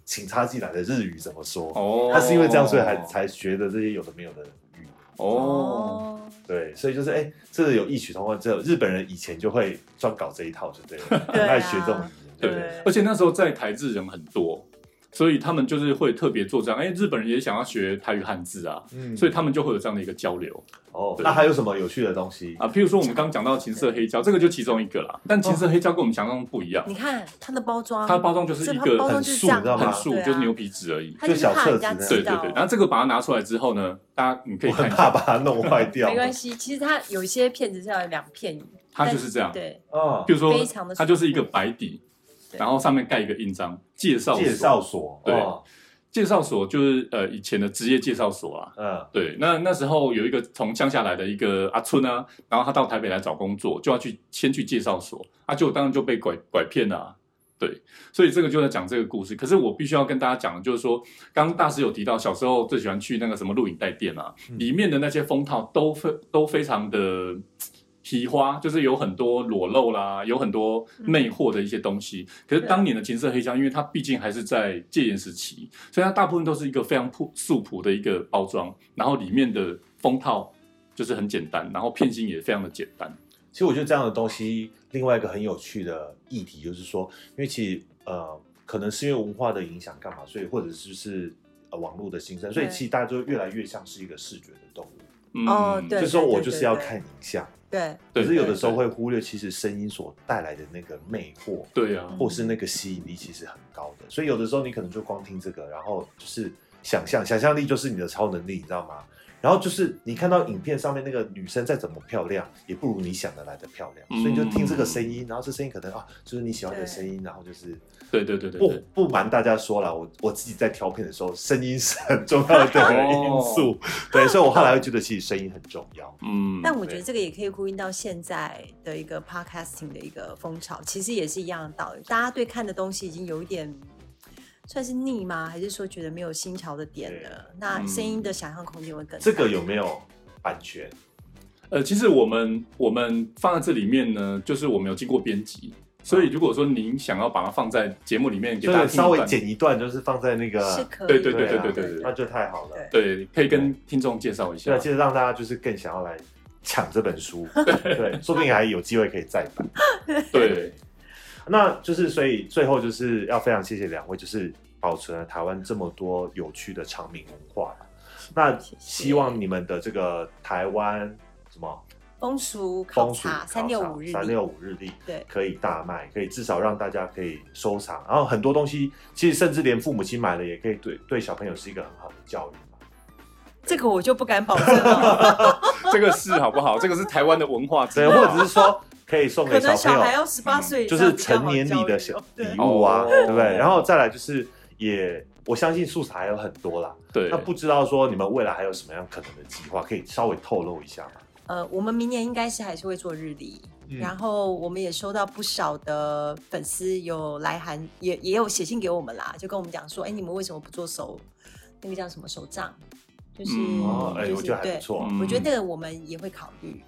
[SPEAKER 1] 请插进来的日语怎么说。
[SPEAKER 3] 哦，
[SPEAKER 1] 他是因为这样，所以才才学的这些有的没有的语言。
[SPEAKER 3] 哦。，
[SPEAKER 1] 对，所以就是哎，这个有异曲同工，这日本人以前就会专搞这一套，就对了，很
[SPEAKER 2] 对啊
[SPEAKER 1] 爱学这种语言。
[SPEAKER 3] 对，
[SPEAKER 2] 对
[SPEAKER 3] 而且那时候在台日人很多，所以他们就是会特别做这样，哎，日本人也想要学台语汉字啊，
[SPEAKER 1] 嗯
[SPEAKER 3] 所以他们就会有这样的一个交流
[SPEAKER 1] 哦，
[SPEAKER 3] 对
[SPEAKER 1] 那还有什么有趣的东西？
[SPEAKER 3] 啊。譬如说我们刚讲到情色黑胶，这个就其中一个
[SPEAKER 1] 嗯
[SPEAKER 3] 啦。但情色黑胶跟我们想象中不一样，
[SPEAKER 2] 你看它的包装，
[SPEAKER 3] 它的包装就是一
[SPEAKER 2] 这包
[SPEAKER 3] 个
[SPEAKER 2] 装
[SPEAKER 1] 很
[SPEAKER 2] 就是
[SPEAKER 1] 素
[SPEAKER 2] 这样
[SPEAKER 1] 你知道
[SPEAKER 2] 嘛
[SPEAKER 1] 吗
[SPEAKER 3] 很素，
[SPEAKER 2] 对啊
[SPEAKER 3] 就是牛皮纸而已。
[SPEAKER 2] 它就是怕人家
[SPEAKER 1] 就
[SPEAKER 2] 知
[SPEAKER 3] 对对
[SPEAKER 2] 道。
[SPEAKER 3] 对，然后这个把它拿出来之后呢，大家你可以
[SPEAKER 1] 我
[SPEAKER 3] 看
[SPEAKER 1] 很
[SPEAKER 3] 一
[SPEAKER 1] 怕
[SPEAKER 3] 下，
[SPEAKER 1] 把它弄坏掉。
[SPEAKER 2] 没关系，其实它有一些片子是要有两片，
[SPEAKER 3] 它就是这样。
[SPEAKER 2] 对，
[SPEAKER 1] 哦
[SPEAKER 3] 譬如说
[SPEAKER 2] 非常地，
[SPEAKER 3] 它就是一个白底，
[SPEAKER 2] 对
[SPEAKER 3] 然后上面盖一个印章，介绍所
[SPEAKER 1] 介绍所，
[SPEAKER 3] 对
[SPEAKER 1] 哦
[SPEAKER 3] 介绍所就是呃以前的职业介绍所啊。
[SPEAKER 1] 嗯，
[SPEAKER 3] 对，那那时候有一个从乡下来的一个阿春啊，然后他到台北来找工作，就要去先去介绍所，啊，就当然就被拐拐骗了、啊。对，所以这个就在讲这个故事。可是我必须要跟大家讲的就是说，刚刚大师有提到小时候最喜欢去那个什么录影带店啊，
[SPEAKER 1] 嗯
[SPEAKER 3] 里面的那些封套都非都非常的皮花，就是有很多裸露啦，有很多
[SPEAKER 2] 嗯
[SPEAKER 3] 魅惑的一些东西。可是当年的情色黑胶，因为它毕竟还是在戒严时期，所以它大部分都是一个非常朴素朴的一个包装，然后里面的封套就是很简单，然后片型也非常的简单。
[SPEAKER 1] 其实我觉得这样的东西，另外一个很有趣的议题就是说，因为其实呃，可能是因为文化的影响，干嘛，所以或者是就是、呃、网络的新生，所以
[SPEAKER 2] 对
[SPEAKER 1] 其实大家就越来越像是一个视觉的动物，
[SPEAKER 3] 嗯
[SPEAKER 2] 哦对
[SPEAKER 1] 就是说我
[SPEAKER 2] 对
[SPEAKER 1] 就
[SPEAKER 2] 对
[SPEAKER 1] 是要
[SPEAKER 2] 对
[SPEAKER 1] 看影像，
[SPEAKER 2] 对，
[SPEAKER 1] 可
[SPEAKER 3] 对
[SPEAKER 1] 是有的时候会忽略，其实声音所带来的那个魅惑，
[SPEAKER 3] 对呀、啊，
[SPEAKER 1] 或是那个吸引力其实很高的。所以有的时候你可能就光听这个，然后就是想象，想象力就是你的超能力，你知道吗？然后就是你看到影片上面那个女生再怎么漂亮，也不如你想的来的漂亮，
[SPEAKER 3] 嗯
[SPEAKER 1] 所以你就听这个声
[SPEAKER 2] 嗯
[SPEAKER 1] 音，然后这声音可能啊，就是你喜欢的声音，然后就是
[SPEAKER 3] 对对对对
[SPEAKER 1] 不
[SPEAKER 3] 对，
[SPEAKER 1] 不瞒大家说了，我我自己在挑片的时候，声音是很重要的
[SPEAKER 2] 哦
[SPEAKER 1] 因素，对，所以我后来会觉得其实声音很重要。
[SPEAKER 3] 嗯，
[SPEAKER 2] 但我觉得这个也可以呼应到现在的一个 podcasting 的一个风潮，其实也是一样的道理。大家对看的东西已经有一点算是腻吗？还是说觉得没有新潮的点了？那
[SPEAKER 3] 嗯
[SPEAKER 2] 声音的想象空间会更大
[SPEAKER 1] 这个有没有版权？
[SPEAKER 3] 呃，其实我们我们放在这里面呢，就是我们有经过编辑，所以如果说您想要把它放在节目里面给
[SPEAKER 1] 就
[SPEAKER 3] 大家
[SPEAKER 1] 是嗯
[SPEAKER 3] 听一
[SPEAKER 1] 稍微
[SPEAKER 3] 段
[SPEAKER 1] 剪一段，就是放在那
[SPEAKER 2] 是
[SPEAKER 1] 个，
[SPEAKER 2] 可以
[SPEAKER 3] 对对
[SPEAKER 2] 的
[SPEAKER 3] 对对
[SPEAKER 1] 啊
[SPEAKER 3] 对对对
[SPEAKER 1] 那就太好了。
[SPEAKER 3] 对，可以跟听众介绍一
[SPEAKER 1] 对
[SPEAKER 3] 下
[SPEAKER 1] 啊，。其实让大家就是更想要来抢这本 书，对，说不定还有机会可以再版。
[SPEAKER 3] 对，
[SPEAKER 1] 那就是所以最后就是要非常谢谢两位，就是保存了台湾这么多有趣的长明文化。那
[SPEAKER 2] 谢谢
[SPEAKER 1] 希望你们的这个台湾什么
[SPEAKER 2] 风俗考
[SPEAKER 1] 风俗
[SPEAKER 2] 察三六五日历
[SPEAKER 1] 三六五日历
[SPEAKER 2] 对
[SPEAKER 1] 可以大卖，可以至少让大家可以收藏。然后很多东西其实甚至连父母亲买了也可以对对小朋友是一个很好的教育嘛。
[SPEAKER 2] 这个我就不敢保证了，
[SPEAKER 3] 这个是好不好？这个是台湾的文化之
[SPEAKER 1] 对，
[SPEAKER 3] 一，
[SPEAKER 1] 或者是说可以送
[SPEAKER 2] 可
[SPEAKER 1] 给
[SPEAKER 2] 能
[SPEAKER 1] 朋
[SPEAKER 2] 小孩
[SPEAKER 1] 友，嗯
[SPEAKER 2] 要十八岁以
[SPEAKER 1] 就
[SPEAKER 2] 上
[SPEAKER 1] 是
[SPEAKER 2] 比较
[SPEAKER 1] 成
[SPEAKER 2] 好
[SPEAKER 1] 年
[SPEAKER 2] 教
[SPEAKER 1] 礼
[SPEAKER 2] 育
[SPEAKER 1] 的
[SPEAKER 2] 哦
[SPEAKER 1] 小
[SPEAKER 2] 对
[SPEAKER 1] 礼物啊，
[SPEAKER 3] 哦
[SPEAKER 1] 对不对？然后再来就是也，我相信素材还有很多啦。
[SPEAKER 3] 对
[SPEAKER 1] 那，不知道说你们未来还有什么样可能的计划，可以稍微透露一下吗？
[SPEAKER 2] 呃，我们明年应该是还是会做日历，
[SPEAKER 1] 嗯
[SPEAKER 2] 然后我们也收到不少的粉丝有来函，也也有写信给我们啦，就跟我们讲说，哎，你们为什么不做手那个叫什么手账？就是、
[SPEAKER 3] 嗯
[SPEAKER 1] 哦，哎，
[SPEAKER 2] 就是
[SPEAKER 1] 我觉得还
[SPEAKER 2] 对
[SPEAKER 1] 不，错。
[SPEAKER 3] 嗯
[SPEAKER 2] 我觉得那个我们也会考虑。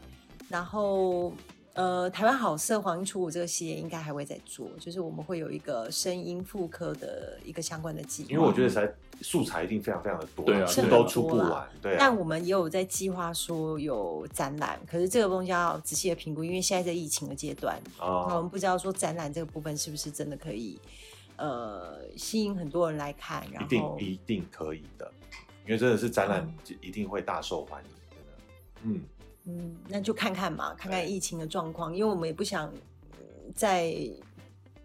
[SPEAKER 2] 然后呃，台湾好色黄莺出舞这个系列应该还会再做，就是我们会有一个声音妇科的一个相关的计划，
[SPEAKER 1] 因为我觉得实在素材一定非常非常的多，
[SPEAKER 3] 对啊
[SPEAKER 1] 是
[SPEAKER 3] 对啊
[SPEAKER 1] 都出不完，对啊
[SPEAKER 2] 但。我们也有在计划说有展览，可是这个东西要仔细的评估，因为现在在疫情的阶段，那我
[SPEAKER 1] 啊
[SPEAKER 2] 们，不知道说展览这个部分是不是真的可以，呃，吸引很多人来看，
[SPEAKER 1] 一
[SPEAKER 2] 然
[SPEAKER 1] 定
[SPEAKER 2] 后
[SPEAKER 1] 一定可以的，因为真的是展览一定会大受欢迎，真的。嗯，
[SPEAKER 2] 嗯，那就看看嘛，看看
[SPEAKER 1] 对
[SPEAKER 2] 疫情的状况，因为我们也不想嗯再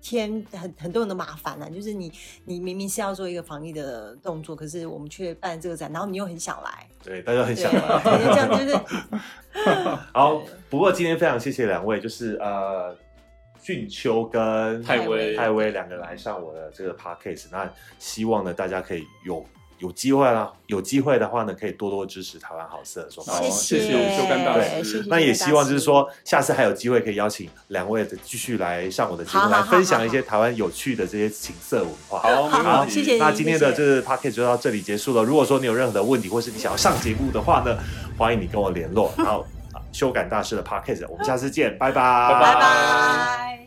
[SPEAKER 2] 添很很多人的麻烦啊。就是你你明明是要做一个防疫的动作，可是我们却办这个展，然后你又很想来，
[SPEAKER 1] 对，大家很
[SPEAKER 2] 对，
[SPEAKER 1] 想来。哦
[SPEAKER 2] 这样 就是
[SPEAKER 1] 好，不过今天非常谢谢两位，就是呃，俊秋跟
[SPEAKER 3] 泰
[SPEAKER 2] 威
[SPEAKER 1] 泰威两个来上我的这个 podcast，那希望呢大家可以有有机会啦，有机会的话呢，可以多多支持台湾好色说法。
[SPEAKER 3] 好
[SPEAKER 2] 谢
[SPEAKER 3] 谢谢修干大师
[SPEAKER 2] 谢谢
[SPEAKER 1] 那也
[SPEAKER 2] 修干大
[SPEAKER 1] 希望
[SPEAKER 2] 师
[SPEAKER 1] 就是说，下次还有机会可以邀请两位的继续来上我的节目，
[SPEAKER 2] 好好
[SPEAKER 1] 来
[SPEAKER 2] 好
[SPEAKER 1] 分享
[SPEAKER 2] 好
[SPEAKER 1] 一些台湾有趣的这些情色文化。
[SPEAKER 3] 好，没
[SPEAKER 2] 好
[SPEAKER 3] 问题，
[SPEAKER 2] 谢谢
[SPEAKER 1] 那今天的这个 p a c k a g e 就到这里结束了。如果说你有任何的问题，或是你想要上节目的话呢，欢迎你跟我联络。然后，啊修改大师的 p a c k a g e 我们下次见，拜拜，
[SPEAKER 3] 拜
[SPEAKER 2] 拜拜。